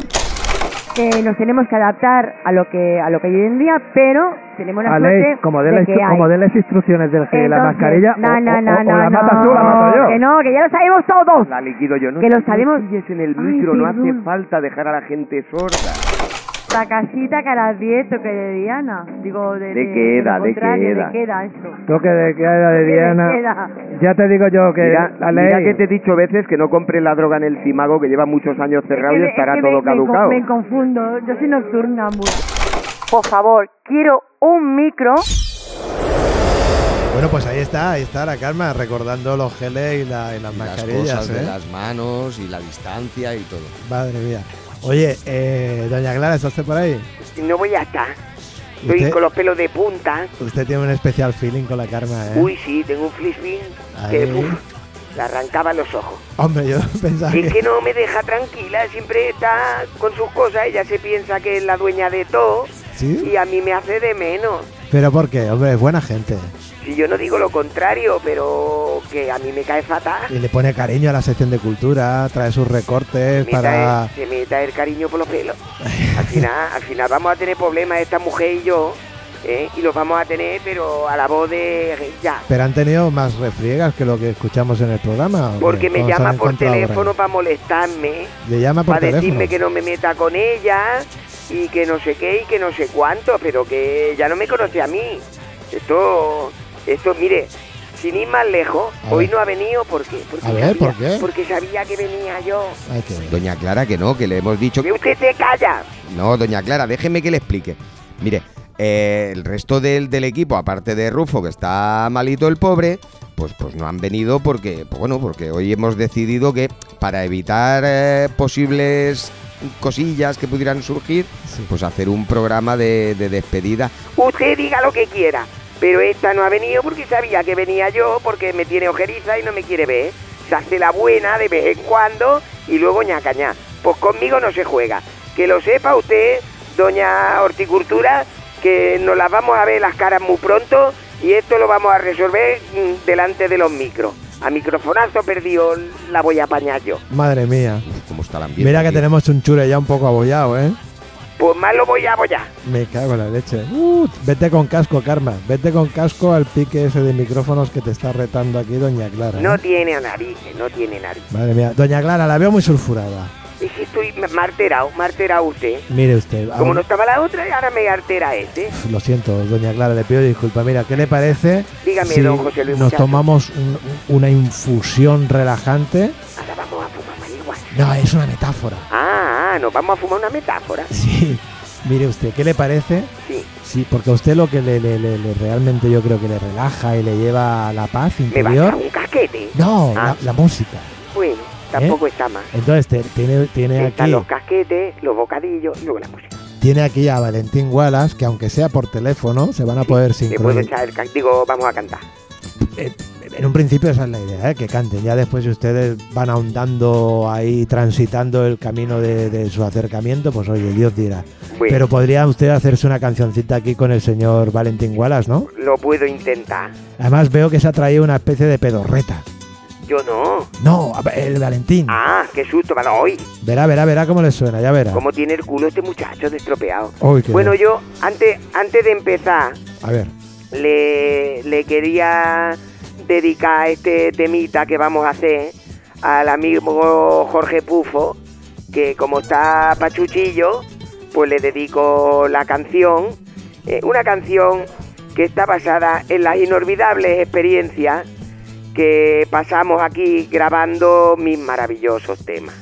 Que nos tenemos que adaptar a lo que a lo que hay hoy en día, pero tenemos la
Alex,
suerte
como
de
déles,
que hay.
como déles instrucciones del gel, Eh, la
Entonces,
mascarilla,
no,
o,
no,
o-
no,
o la
no,
matas tú o la
no,
mato yo.
Que no, que ya lo sabemos todos.
La liquido yo, no
Que lo sabemos.
no chilles en el
Ay,
micro, no hace
perdón.
falta dejar a la gente sorda.
La casita que a las 10 toque de Diana. Digo, de,
De queda,
lo
de
contrario,
queda.
De queda, eso.
Toque de queda de
Toque de
Diana.
queda.
Ya te digo yo que
Mira,
Alex,
mira que te he dicho veces que no compre la droga en el Cimago, que lleva muchos
Este
años cerrado
Es
y
que me-
estará
es que
todo
me- me con-
caducado.
Me confundo, yo soy nocturna. Por favor, quiero un micro.
Bueno, pues ahí está, ahí está la Karma recordando los geles y, la- y las
Y las
mascarillas.
cosas de
¿eh?
las manos y la distancia y todo.
Madre mía. Oye, eh, doña Clara, ¿está usted por ahí?
No voy a estar. Estoy
¿Usted?
con los pelos de punta.
Usted tiene un especial feeling con la Karma, ¿eh?
Uy, sí, tengo un frisbee que
Ahí.
uf, le arrancaba los ojos.
Hombre, yo pensaba
Es
que...
que no me deja tranquila, siempre está con sus cosas, ella se piensa que es la dueña de todo
¿Sí?
y a mí me hace de menos.
¿Pero por qué? Hombre, es buena gente.
Si yo no digo lo contrario, pero que a mí me cae fatal.
Y le pone cariño a la sección de cultura, trae sus
Se
recortes
me,
para...
trae, se me trae el cariño por los pelos. Al final, al final vamos a tener problemas esta mujer y yo, ¿eh? y los vamos a tener, pero a la voz de ya.
Pero han tenido más refriegas que lo que escuchamos en el programa. ¿o qué?
Porque me
¿Cómo se
llama
han
por
encontrado ahí?
teléfono para molestarme,
Le llama por
para decirme
teléfono.
que no me meta con ella y que no sé qué y que no sé cuánto, pero que ya no me conoce a mí. Esto, esto, mire, sin ir más lejos,
A
hoy
ver.
no ha venido, ¿por qué? Porque
A ver, ¿por qué?
Porque sabía que venía yo.
Ay, qué bien.
Doña Clara, que no, que le hemos dicho
Que usted se calla.
No, doña Clara, déjeme que le explique. Mire, eh, el resto del, del equipo, aparte de Rufo, que está malito el pobre, pues, pues no han venido porque, pues bueno, porque hoy hemos decidido que para evitar eh, posibles cosillas que pudieran surgir,
Sí.
pues hacer un programa de, de despedida.
Usted diga lo que quiera, pero esta no ha venido porque sabía que venía yo, porque me tiene ojeriza y no me quiere ver. Se hace la buena de vez en cuando y luego ñaca ña. Pues conmigo no se juega. Que lo sepa usted, doña Horticultura, que nos las vamos a ver las caras muy pronto y esto lo vamos a resolver mm, delante de los micros. A microfonazo perdido la voy a apañar yo.
Madre mía.
Uf, cómo está el ambiente.
Mira que
aquí.
tenemos un chure ya un poco abollado, ¿eh?
Pues más lo voy a apoyar.
Me cago en la leche. Uh, vete con casco, Karma. Vete con casco al pique ese de micrófonos que te está retando aquí Doña Clara. ¿eh?
No tiene nariz, no tiene nariz.
Madre mía, Doña Clara, la veo muy sulfurada.
Es que estoy marterado, marterado usted.
Mire usted,
Como
aún-
no estaba la otra, ahora me altera este.
lo siento, Doña Clara, le pido disculpas. Mira, ¿qué le parece
Dígame,
si
don José Luis,
nos
muchacho.
tomamos un- un- una infusión relajante?
Ahora vamos a fumar marihuana.
No, es una metáfora.
Ah, ah, nos vamos a fumar una metáfora.
Sí, mire usted, ¿qué le parece?
Sí.
Sí, porque a usted lo que le, le- le- le- realmente yo creo que le relaja y le lleva a la paz
Me va a dar
interior.
un casquete.
No,
Ah.
la, la música.
Bueno, tampoco está mal.
Entonces te- tiene, tiene
Están
¿Eh? aquí,
los casquetes, los bocadillos, luego la música.
tiene aquí a Valentín Wallace, que aunque sea por teléfono, se van a poder
Le puedo
sincronizar.
echar el ca- Digo, vamos a cantar.
En un principio esa es la idea, ¿eh? que canten. Ya después si ustedes van ahondando ahí, transitando el camino de, de su acercamiento, pues oye, Dios dirá.
Bueno.
Pero podría usted hacerse una cancioncita aquí con el señor Valentín Wallace, ¿no?
Lo puedo intentar.
Además veo que se ha traído una especie de pedorreta.
Yo no.
No, a- el Valentín.
Ah, qué susto, para hoy.
Verá, verá, verá cómo le suena, ya verá.
¿Cómo tiene el culo este muchacho destropeado?
Uy, Ah. qué
bueno,
bien.
yo, antes, antes de empezar,
A ver,
le, le quería dedicar este temita que vamos a hacer al amigo Jorge Pufo, que como está pachuchillo, pues le dedico la canción, eh, una canción que está basada en las inolvidables experiencias que pasamos aquí grabando mis maravillosos temas.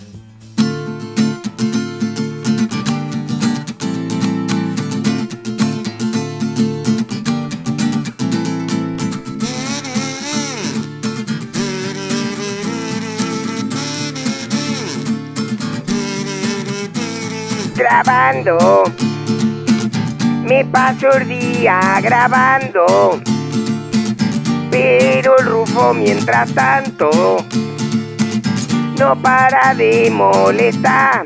grabando. Me paso el día grabando. Pero el Rufo, mientras tanto, no para de molestar.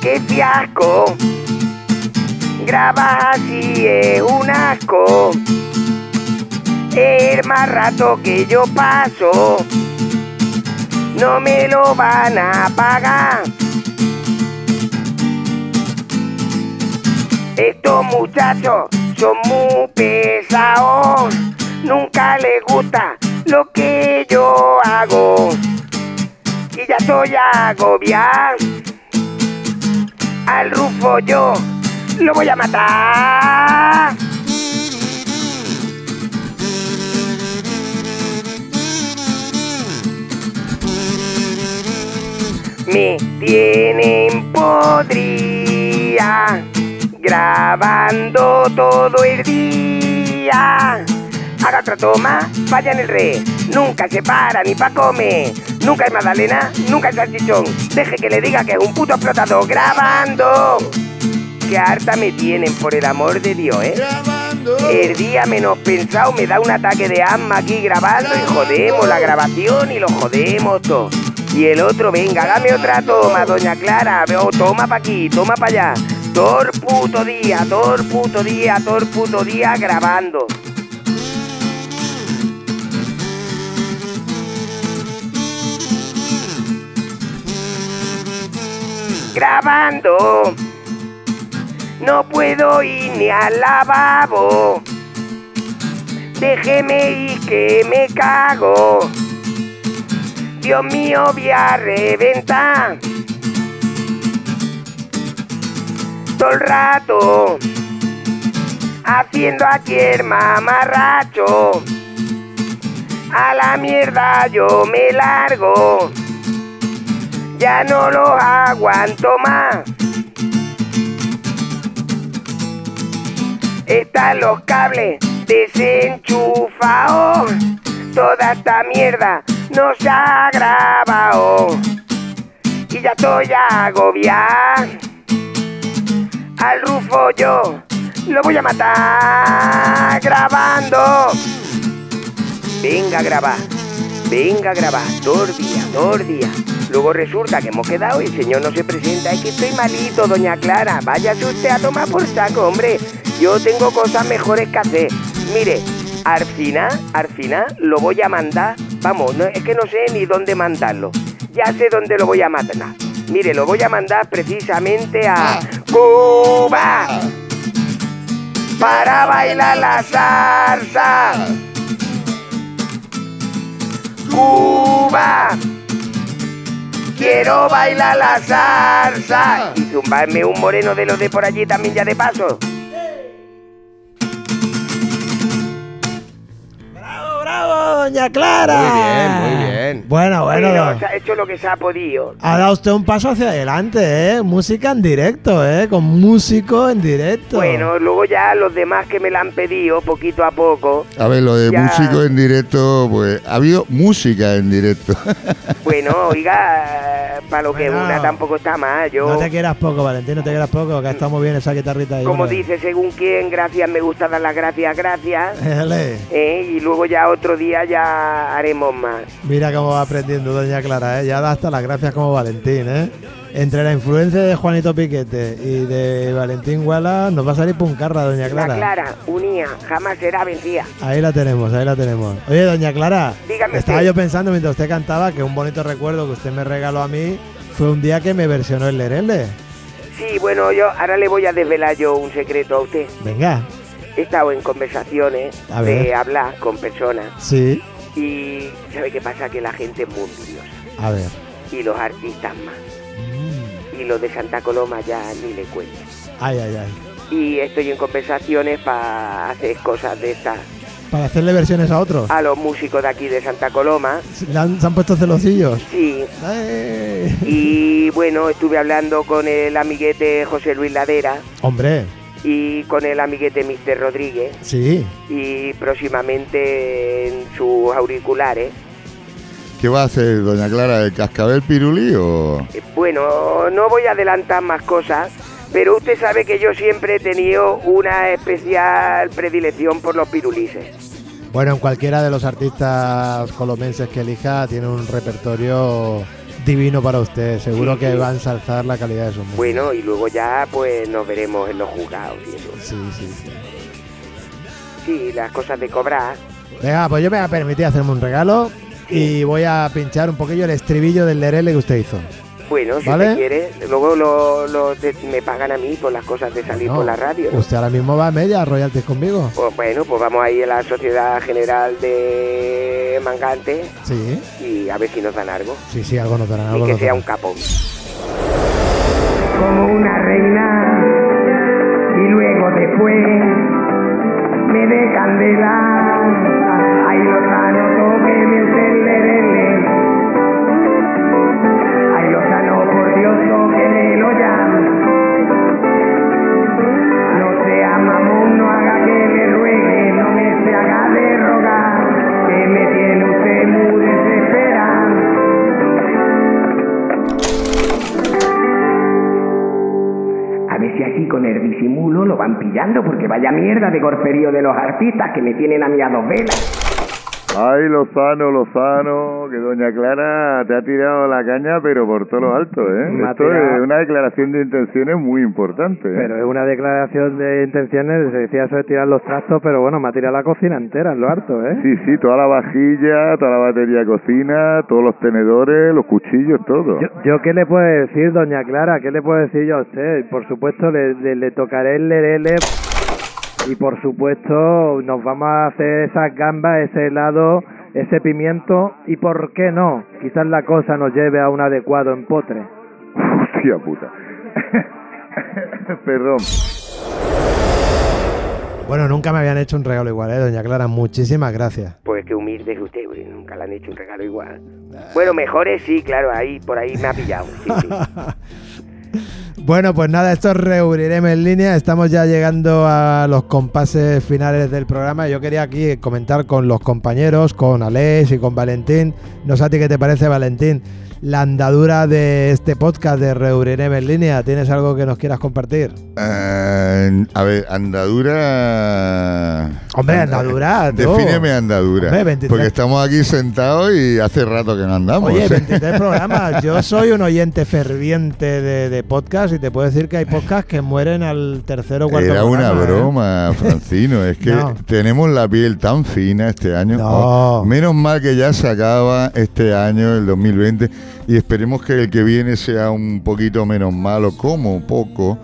¡Qué fiasco! Grabas así es un asco. El más rato que yo paso no me lo van a pagar. Estos muchachos son muy pesados, nunca les gusta lo que yo hago. Y ya estoy agobiado. Al Rufo yo lo voy a matar. me tienen podría grabando todo el día. Haga otra toma, falla en el re. Nunca se para ni pa' comer. Nunca hay magdalena, nunca hay salchichón. Deje que le diga que es un puto explotador grabando. Qué harta me tienen, por el amor de Dios, ¿eh? El día menos pensado me da un ataque de asma aquí grabando y jodemos la grabación y lo jodemos todo. Y el otro, venga, dame otra toma, doña Clara. Veo, toma pa' aquí, toma pa' allá. Todo el puto día, todo el puto día, todo el puto día grabando. Grabando. No puedo ir ni al lavabo. Déjeme ir que me cago. Dios mío, voy a reventar. Todo el rato. Haciendo aquí el mamarracho. A la mierda yo me largo. Ya no lo aguanto más. Están los cables desenchufados. Toda esta mierda no se ha grabado. Y ya estoy agobiado. Al Rufo yo lo voy a matar grabando. Venga a grabar, venga a grabar, dos días, dos días. Luego resulta que hemos quedado y el señor no se presenta. Es que estoy malito, doña Clara. Váyase usted a tomar por saco, hombre. Yo tengo cosas mejores que hacer. Mire, al final, al final lo voy a mandar. Vamos, no, es que no sé ni dónde mandarlo. Ya sé dónde lo voy a mandar. Mire, lo voy a mandar precisamente a Cuba para bailar la salsa. Cuba, quiero bailar la salsa. Y zumbarme un moreno de los de por allí también ya de paso.
¡Bravo, bravo, doña Clara!
Muy bien, muy bien.
Bueno, bueno.
Pero se ha hecho lo que se ha podido.
Ha dado usted un paso hacia adelante, ¿eh? Música en directo, ¿eh? Con músico en directo.
Bueno, luego ya los demás que me la han pedido poquito a poco.
A ver, lo de
Ya.
músico en directo, pues ha habido música en directo.
Bueno, oiga, para lo que
Bueno.
una tampoco está mal. Yo,
No te quieras poco, Valentín, no te quieras poco, que está muy bien esa guitarrita ahí.
como
hombre.
dice, según quién, gracias, me gusta dar las gracias, gracias.
Ele,
¿eh? Y luego ya otro día ya haremos más.
Mira cómo va aprendiendo Doña Clara, ¿eh? ya da hasta las gracias como Valentín. ¿eh? Entre la influencia de Juanito Piquete y de Valentín Guala nos va a salir puncarra Doña
La
Clara.
Clara, unía, jamás será vencida.
Ahí la tenemos, ahí la tenemos. Oye, Doña Clara,
Dígame
estaba
usted.
yo pensando mientras usted cantaba que un bonito recuerdo que usted me regaló a mí fue un día que me versionó el Lerele.
Sí, bueno, yo ahora le voy a desvelar yo un secreto a usted.
Venga,
He estado en conversaciones
A ver.
de hablar con personas
sí,
y ¿sabe qué pasa? Que la gente es muy envidiosa
a ver. Mm.
y los artistas más. Y los de Santa Coloma ya ni le cuento.
Ay, ay, ay.
Y estoy en conversaciones para hacer cosas de estas
Para hacerle versiones a otros.
a los músicos de aquí de Santa Coloma.
Le han- se han puesto celosillos.
Sí,
Ay.
y bueno, estuve hablando con el amiguete José Luis Ladera
Hombre,
y con el amiguete Mister Rodríguez.
sí.
y próximamente en sus auriculares.
¿Qué va a hacer, doña Clara? ¿El cascabel pirulí o...?
Eh, Bueno, no voy a adelantar más cosas, pero usted sabe que yo siempre he tenido una especial predilección por los pirulises.
Bueno, en cualquiera de los artistas colomenses que elija tiene un repertorio divino para usted. Seguro
Sí,
que
sí.
va a ensalzar la calidad de su música.
Bueno, y luego ya pues nos veremos en los juzgados y eso.
Sí, sí, sí.
Sí, las cosas de cobrar.
Venga, pues yo me voy a permitir hacerme un regalo y voy a pinchar un poquillo el estribillo del Lerele que usted hizo.
Bueno, si
¿Vale?
usted quiere, luego lo, lo de- me pagan a mí por las cosas de salir
No,
por la radio. ¿no?
Usted ahora mismo va a media royalties conmigo.
Pues bueno, pues vamos ahí a la Sociedad General de Mangante
Sí,
y a ver si nos dan algo.
sí, sí, algo nos darán,
Y
algo
que
nos
sea
darán.
un capón.
como una reina y luego después me dejan de dar ay Lozano tóqueme usted le dele ay Lozano por Dios tóquemelo ya no sea mamón no haga que le ruegue no me se haga de rogar que me tiene usted muy desesperado A ver si así con el disimulo lo van pillando, porque vaya mierda de gorferío de los artistas que me tienen a mí a dos velas.
Ay, Lozano, Lozano, que doña Clara te ha tirado la caña, pero por todo lo alto, ¿eh?
Mm, Me ha
Esto
tirado-
es una declaración de intenciones muy importante. ¿eh?
Pero es una declaración de intenciones, se decía eso de tirar los trastos, pero bueno, me ha tirado la cocina entera, es lo harto, ¿eh?
Sí, sí, toda la vajilla, toda la batería de cocina, todos los tenedores, los cuchillos, todo.
Yo, yo qué le puedo decir, doña Clara, qué le puedo decir yo a usted. Por supuesto, le, le- le tocaré el lerele y por supuesto nos vamos a hacer esas gambas, ese helado, ese pimiento y por qué no, quizás la cosa nos lleve a un adecuado empotre.
Hostia puta. Perdón.
Bueno, nunca me habían hecho un regalo igual, ¿eh, doña Clara? Muchísimas gracias.
Pues qué humilde es usted, güey, nunca le han hecho un regalo igual. Bueno, mejores sí, claro, ahí por ahí me ha pillado. sí, sí.
Bueno, pues nada, esto es reubriremos en línea. Estamos ya llegando a los compases finales del programa. Yo quería aquí comentar con los compañeros, con Alex y con Valentín. No sé a ti qué te parece, Valentín, la andadura de este podcast de reubriremos en línea. ¿Tienes algo que nos quieras compartir?
Eh, a ver, andadura.
Hombre,
Anda-
andadura, tú.
Defíneme andadura.
Hombre, 23.
Porque estamos aquí sentados y hace rato que no andamos.
Oye,
¿eh?
23 programas. Yo soy un oyente ferviente de, de podcast y te puedo decir que hay podcasts que mueren al tercero o cuarto
Era una
programa, ¿eh?
broma, Francino. Es que
No.
tenemos la piel tan fina este año.
No.
menos mal que ya se acaba este año, el 2020. y esperemos que el que viene sea un poquito menos malo, como poco,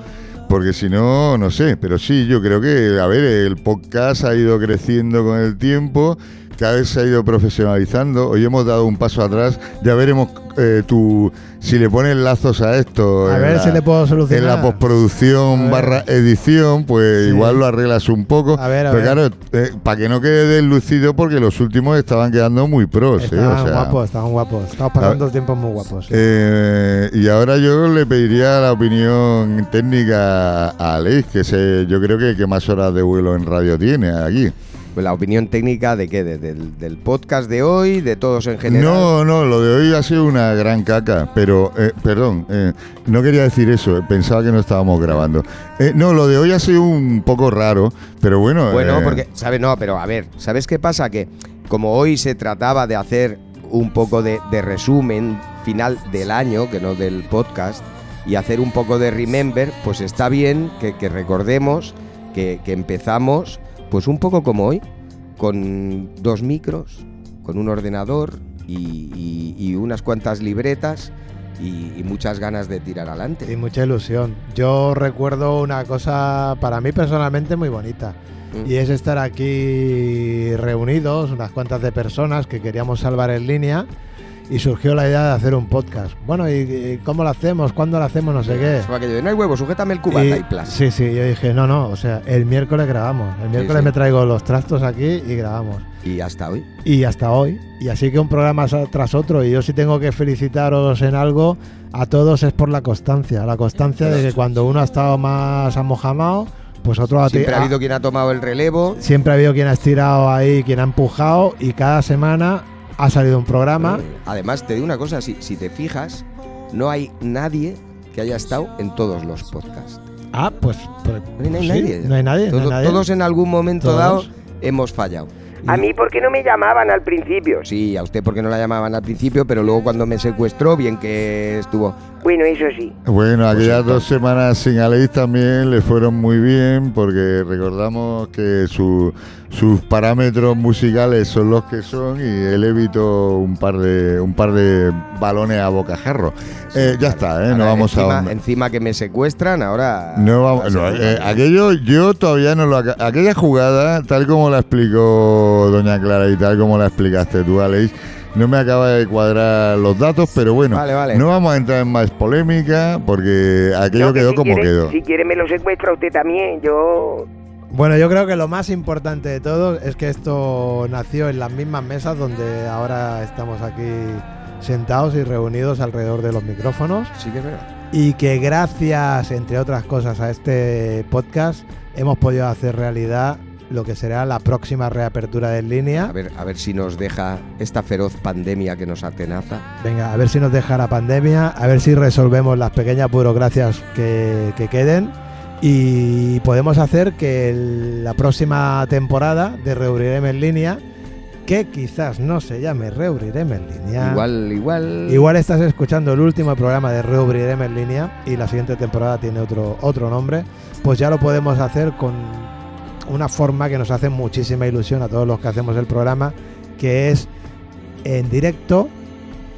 porque si no, no sé, pero sí, yo creo que, a ver, el podcast ha ido creciendo con el tiempo, cada vez se ha ido profesionalizando, hoy hemos dado un paso atrás, ya veremos eh, tu, si le pones lazos a esto,
A
en
ver
la-
si le puedo solucionar.
en la postproducción barra edición, pues
Sí.
igual lo arreglas un poco.
A ver, a
Pero
ver.
claro, para que no quede deslucido, porque los últimos estaban quedando muy pros. ¿eh?
Estaban
O sea,
guapos, estaban guapos. Estamos
A
pasando tiempos muy guapos.
eh, y ahora yo le pediría la opinión técnica a Alex, que se, yo creo que el que más horas de vuelo en radio tiene aquí.
Pues la opinión técnica de qué, de- del, del podcast de hoy, de todos en general.
No, no, lo de hoy ha sido una gran caca, pero, eh, perdón, eh, no quería decir eso, eh, pensaba que no estábamos grabando. Eh, no, lo de hoy ha sido un poco raro, pero bueno.
Bueno,
eh,
porque, ¿sabes? No, pero a ver, ¿sabes qué pasa? Que como hoy se trataba de hacer un poco de, de resumen final del año, que no del podcast, y hacer un poco de remember, pues está bien que, que recordemos que, que empezamos, pues un poco como hoy, con dos micros, con un ordenador y, y- y unas cuantas libretas y, y muchas ganas de tirar adelante.
Y mucha ilusión. Yo recuerdo una cosa para mí personalmente muy bonita.
Mm.
Y es estar aquí reunidos, unas cuantas de personas que queríamos salvar en línea. Y surgió la idea de hacer un podcast. Bueno, ¿y, y cómo lo hacemos? ¿Cuándo lo hacemos? No sé qué.
Fue aquello de, no hay huevo, sujétame el cubata y,
Y-
plas.
Sí, sí, yo dije, no, no, o sea, el miércoles grabamos. El miércoles
sí.
me traigo los trastos aquí y grabamos.
Y hasta hoy.
Y hasta hoy. Y así que un programa sa- tras otro. Y yo sí tengo que felicitaros en algo a todos es por la constancia. La constancia de que cuando uno ha estado más amojamado, pues otro ha ti-
Siempre ha
ha-
habido quien ha tomado el relevo.
siempre ha habido quien ha estirado ahí, quien ha empujado. Y cada semana ha salido un programa.
Eh, Además, te digo una cosa, si, si te fijas, no hay nadie que haya estado en todos los podcasts.
Ah, pues. pues-
No hay
sí,
nadie.
No hay nadie. no hay
Todo-
nadie.
Todos en algún momento
Todos.
dado hemos fallado.
A mí, ¿por qué no me llamaban al principio?
Sí, a usted porque no la llamaban al principio, pero luego cuando me secuestró, bien que estuvo.
Bueno, eso sí.
Pues
Bueno, aquellas dos semanas sin Aleix también le fueron muy bien porque recordamos que su- sus parámetros musicales son los que son y él evitó un par de un par de balones a bocajarro. Eh, ya está, ¿eh? no
Ahora,
vamos
encima,
a
Encima que me secuestran, ahora.
no vamos, no, eh, aquello yo todavía no lo aca- aquella jugada tal como la explicó doña Clara y tal como la explicaste tú Aleix no me acaba de cuadrar los datos pero bueno
Vale, vale.
no vamos a entrar en más polémica porque aquello
No, que
quedó
si
como
quiere-
quedó
Si quiere me lo secuestra usted también, yo...
Bueno, yo creo que lo más importante de todo es que esto nació en las mismas mesas donde ahora estamos aquí sentados y reunidos alrededor de los micrófonos
Sí, que es verdad.
y que gracias, entre otras cosas, a este podcast hemos podido hacer realidad lo que será la próxima reapertura de En
A
línea.
ver, a ver si nos deja esta feroz pandemia que nos atenaza.
Venga, a ver si nos deja la pandemia, a ver si resolvemos las pequeñas burocracias que, que queden y podemos hacer que el- la próxima temporada de Reubrirem en línea, que quizás no se llame Reubrirem en línea,
Igual, igual.
igual estás escuchando el último programa de Reubrirem en línea y la siguiente temporada tiene otro, otro nombre, pues ya lo podemos hacer con una forma que nos hace muchísima ilusión a todos los que hacemos el programa, que es en directo,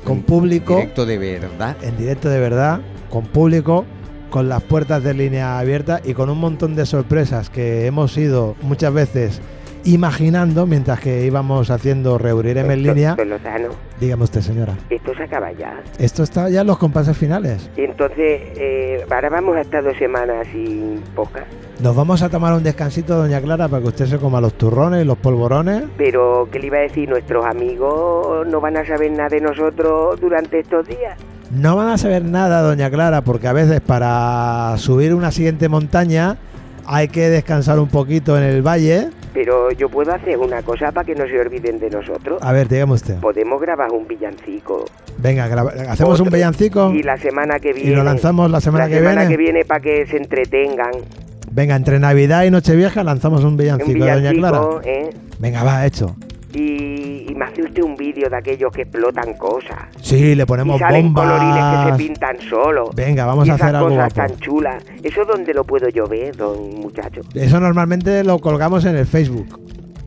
con
En
público
Directo de verdad.
en directo de verdad, con público, con las puertas de línea abiertas y con un montón de sorpresas que hemos ido muchas veces imaginando mientras que íbamos haciendo Reurirem en
Esto-
línea.
Don Lozano,
Dígame usted, señora,
esto se acaba ya.
esto está ya en los compases finales.
Y entonces, eh, ahora vamos a estar dos semanas sin poca.
Nos vamos a tomar un descansito, doña Clara, para que usted se coma los turrones y los polvorones.
Pero, ¿qué le iba a decir? Nuestros amigos no van a saber nada de nosotros durante estos días.
No van a saber nada, doña Clara, porque a veces para subir una siguiente montaña hay que descansar un poquito en el valle.
Pero yo puedo hacer una cosa para que no se olviden de nosotros.
A ver, dígame usted.
Podemos grabar un villancico.
Venga, graba- hacemos un
Otro.
villancico.
Y la semana que viene.
Y lo lanzamos la semana,
la semana
que
que
viene.
viene para que se entretengan.
Venga, entre Navidad y Nochevieja lanzamos un villancico,
un
Doña Clara.
villancico, ¿eh?
Venga, va, hecho.
Y, y me hace usted un vídeo de aquellos que explotan cosas.
Sí, le
Y
ponemos
salen colorines que se
bombas.
pintan solos.
Venga, vamos
y
a
esas
hacer algo
cosas
guapo.
tan chulas. ¿Eso dónde lo puedo yo ver, don muchacho?
Eso normalmente lo colgamos en el Facebook.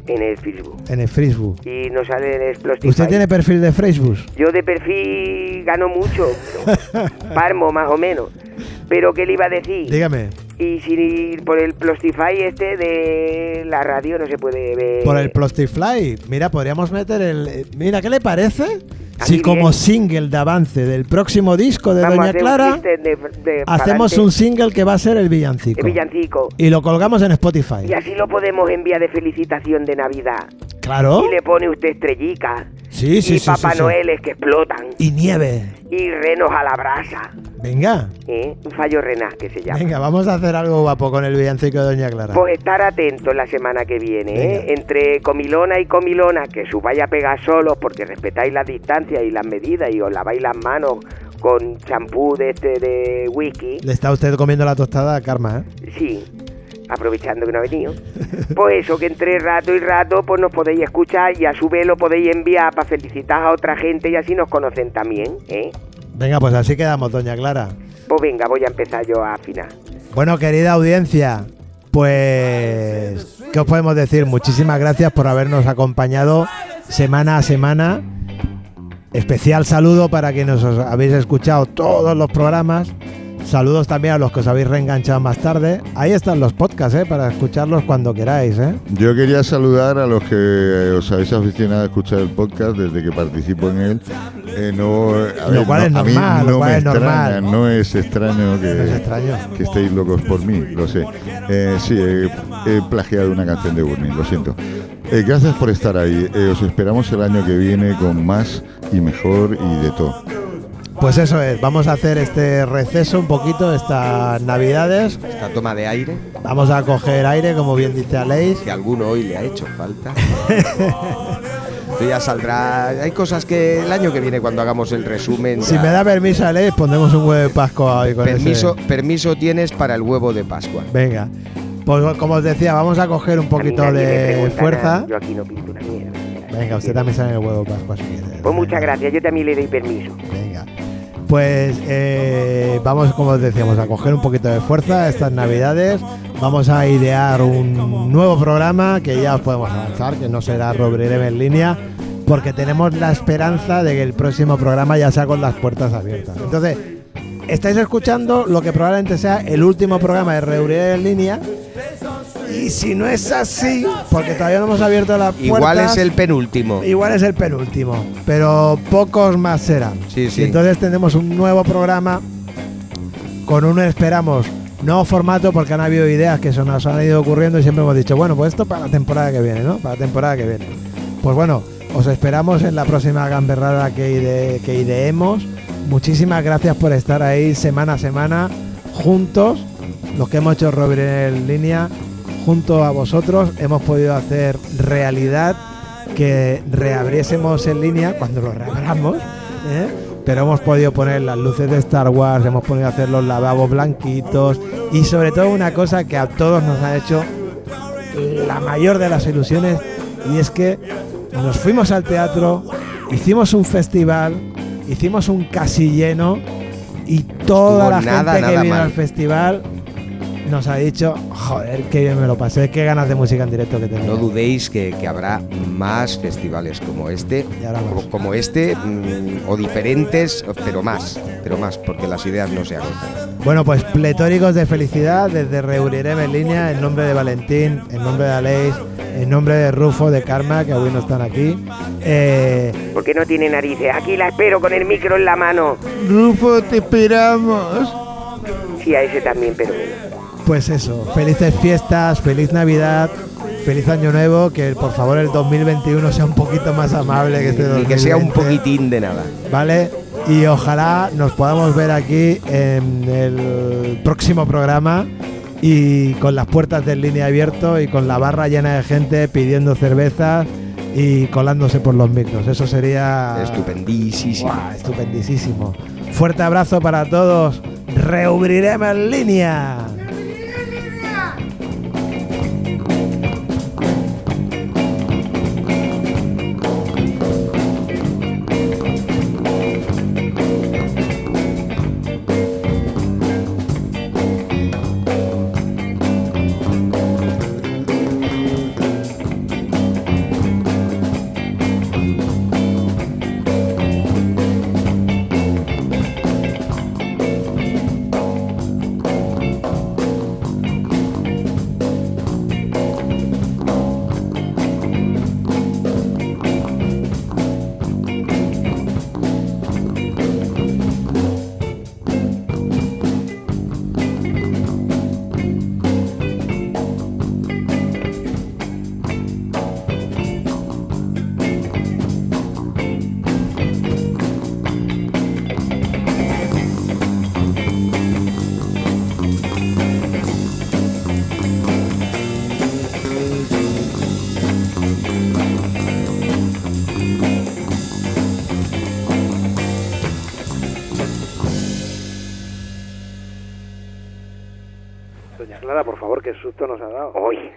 en el Facebook.
En el Facebook.
Y nos sale en el Spotify.
¿Usted tiene perfil de Facebook?
Yo de perfil gano mucho, pero parmo más o menos. Pero ¿qué le iba a decir?
Dígame.
Y sin ir por el Plustify este de la radio no se puede ver.
Por el Plustify, mira, podríamos meter el. eh, Mira, ¿qué le parece?
A
Si
mí
como
bien.
single de avance del próximo disco de
Vamos a
Doña
hacer
Clara,
un chiste de- de-
hacemos
pa'lante.
un single que va a ser el villancico.
El villancico.
Y lo colgamos en Spotify.
Y así lo podemos enviar de felicitación de Navidad.
Claro.
Y le pone usted estrellica.
¿Oh? Sí, sí,
y
sí,
Papá
sí, sí.
Noeles que explotan.
Y nieve.
Y renos a la brasa.
Venga,
¿eh? Un fallo renal que se llama.
venga, vamos a hacer algo guapo con el villancico de Doña Clara.
Pues estar atentos la semana que viene, ¿eh? Entre comilona y comilona, que subáis a pegar solos porque respetáis las distancias y las medidas y os laváis las manos con champú de este de whisky.
Le está usted comiendo la tostada a Karma, ¿eh?
Sí, aprovechando que no ha venido. Pues eso, que entre rato y rato pues nos podéis escuchar y a su vez lo podéis enviar para felicitar a otra gente y así nos conocen también, ¿eh?
Venga, pues así quedamos, Doña Clara.
Pues venga, voy a empezar yo a afinar.
Bueno, querida audiencia, pues, ¿qué os podemos decir? Muchísimas gracias por habernos acompañado semana a semana. Especial saludo para quienes os habéis escuchado todos los programas. Saludos también a los que os habéis reenganchado más tarde. Ahí están los podcasts, ¿eh? Para escucharlos cuando queráis, ¿eh?
Yo quería saludar a los que eh, os habéis aficionado a escuchar el podcast desde que participo en él. Eh, no, eh, a
Lo cual es
a mí
normal, lo
no
cual
me
es normal.
extraña, no es extraño que,
No es extraño.
que estéis locos por mí, lo sé. Eh, sí, eh, he plagiado una canción de Burning, lo siento. Eh, gracias por estar ahí. Eh, os esperamos el año que viene con más y mejor y de todo.
Pues eso es, vamos a hacer este receso un poquito, estas navidades.
Esta toma de aire,
Vamos a coger aire, como bien dice Aleix.
que a alguno hoy le ha hecho falta. Esto ya saldrá. Hay cosas que el año que viene, cuando hagamos el resumen.
Si
ya-
me da permiso Aleix, pondremos un huevo de Pascua hoy con ese-
permiso, permiso tienes para el huevo de Pascua.
Venga. Pues como os decía, vamos a coger un poquito
nadie me
de
pregunta
fuerza.
nada, Yo aquí no pinto una mierda.
Venga, usted también sale en el huevo de Pascua si quiere.
Pues muchas gracias, yo también le doy permiso.
Venga. Pues eh, vamos, como os decíamos, a coger un poquito de fuerza estas navidades. Vamos a idear un nuevo programa que ya os podemos avanzar, que no será Robrireve en línea, porque tenemos la esperanza de que el próximo programa ya sea con las puertas abiertas. Entonces, estáis escuchando lo que probablemente sea el último programa de Robrireve en línea. Y si no es así, porque todavía no hemos abierto la puerta.
Igual es el penúltimo.
Igual es el penúltimo, pero pocos más serán.
Sí, sí.
Y entonces tenemos un nuevo programa con un, esperamos, nuevo formato porque han habido ideas que se nos han ido ocurriendo y siempre hemos dicho, bueno, pues esto para la temporada que viene, ¿no? Para la temporada que viene. Pues bueno, os esperamos en la próxima gamberrada que, ide- que ideemos. Muchísimas gracias por estar ahí semana a semana, juntos, los que hemos hecho Robin en línea, junto a vosotros, hemos podido hacer realidad que reabriésemos en línea cuando lo reabramos, ¿eh? pero hemos podido poner las luces de Star Wars, hemos podido hacer los lavabos blanquitos y sobre todo una cosa que a todos nos ha hecho la mayor de las ilusiones y es que nos fuimos al teatro, hicimos un festival, hicimos un casi lleno y toda
Estuvo
la
nada,
gente que
nada
vino
mal.
al festival nos ha dicho, joder, qué bien me lo pasé, qué ganas de música en directo que tenía.
No dudéis que, que habrá más festivales como este,
Y ahora más.
como, como este, mm, o diferentes, pero más, pero más, porque las ideas no se agotan.
Bueno, pues pletóricos de felicidad desde Reurirem en línea, en nombre de Valentín, en nombre de Aleix, en nombre de Rufo, de Karma, que hoy no están aquí. Eh,
Porque no tiene narices. Aquí la espero con el micro en la mano.
Rufo, te esperamos.
Sí, a ese también, pero menos.
pues eso, felices fiestas, feliz Navidad, feliz Año Nuevo, que por favor el 2021 sea un poquito más amable que este 2020.
Y que sea un poquitín de nada.
¿Vale? Y ojalá nos podamos ver aquí en el próximo programa y con las puertas del línea abierto y con la barra llena de gente pidiendo cervezas y colándose por los micros. Eso sería
Estupendísimo.
Guau, estupendísimo. Fuerte abrazo para todos. Reubriremos en línea.
Clara, por favor, qué susto nos ha dado.
Hoy,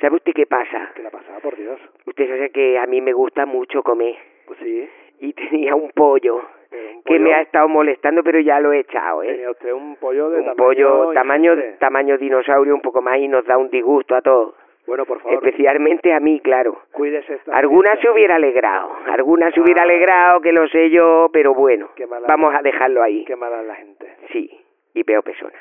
¿sabe usted qué pasa?
¿Qué le ha pasado, por Dios?
Usted sabe que a mí me gusta mucho comer.
Pues sí.
Y tenía un pollo, que
pollo?
me ha estado molestando, pero ya lo he echado, ¿eh?
Tenía usted un pollo de
Un
tamaño
pollo tamaño,
ingente.
tamaño dinosaurio, un poco más, y nos da un disgusto a todos.
Bueno, por favor,
Especialmente a mí, claro.
cuídese esta.
Alguna se hubiera alegrado, alguna se hubiera alegrado, que lo sé yo, pero bueno,
Qué mala-
vamos a dejarlo ahí.
Qué mala es la gente.
Sí, y veo persona.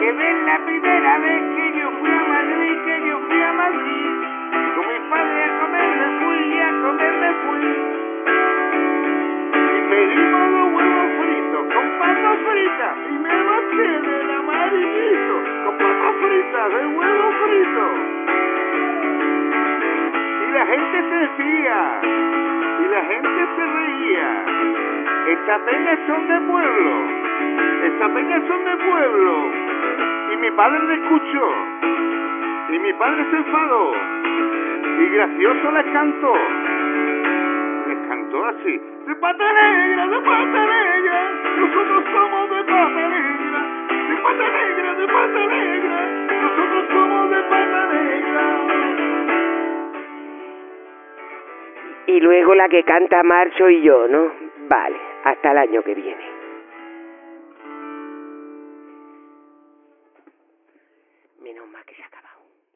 que ver la primera vez que yo fui a Madrid, que yo fui a Madrid. Con mi padre a comer me fui, a comer me fui. Y pedimos los huevos fritos con papas fritas. Y me maté del amarillito con papas fritas, de huevo frito. Y la gente se ría, y la gente se reía. Estas penas son de pueblo, estas penas son de pueblo. Y mi padre le escuchó. Y mi padre se enfadó. Y gracioso les cantó. Les cantó así. De pata negra, de pata negra. Nosotros somos de pata negra. De pata negra, de pata negra. Nosotros somos de pata negra.
Y luego la que canta Marcho y yo, ¿no? Vale, hasta el año que viene. Menos mal que se ha acabado.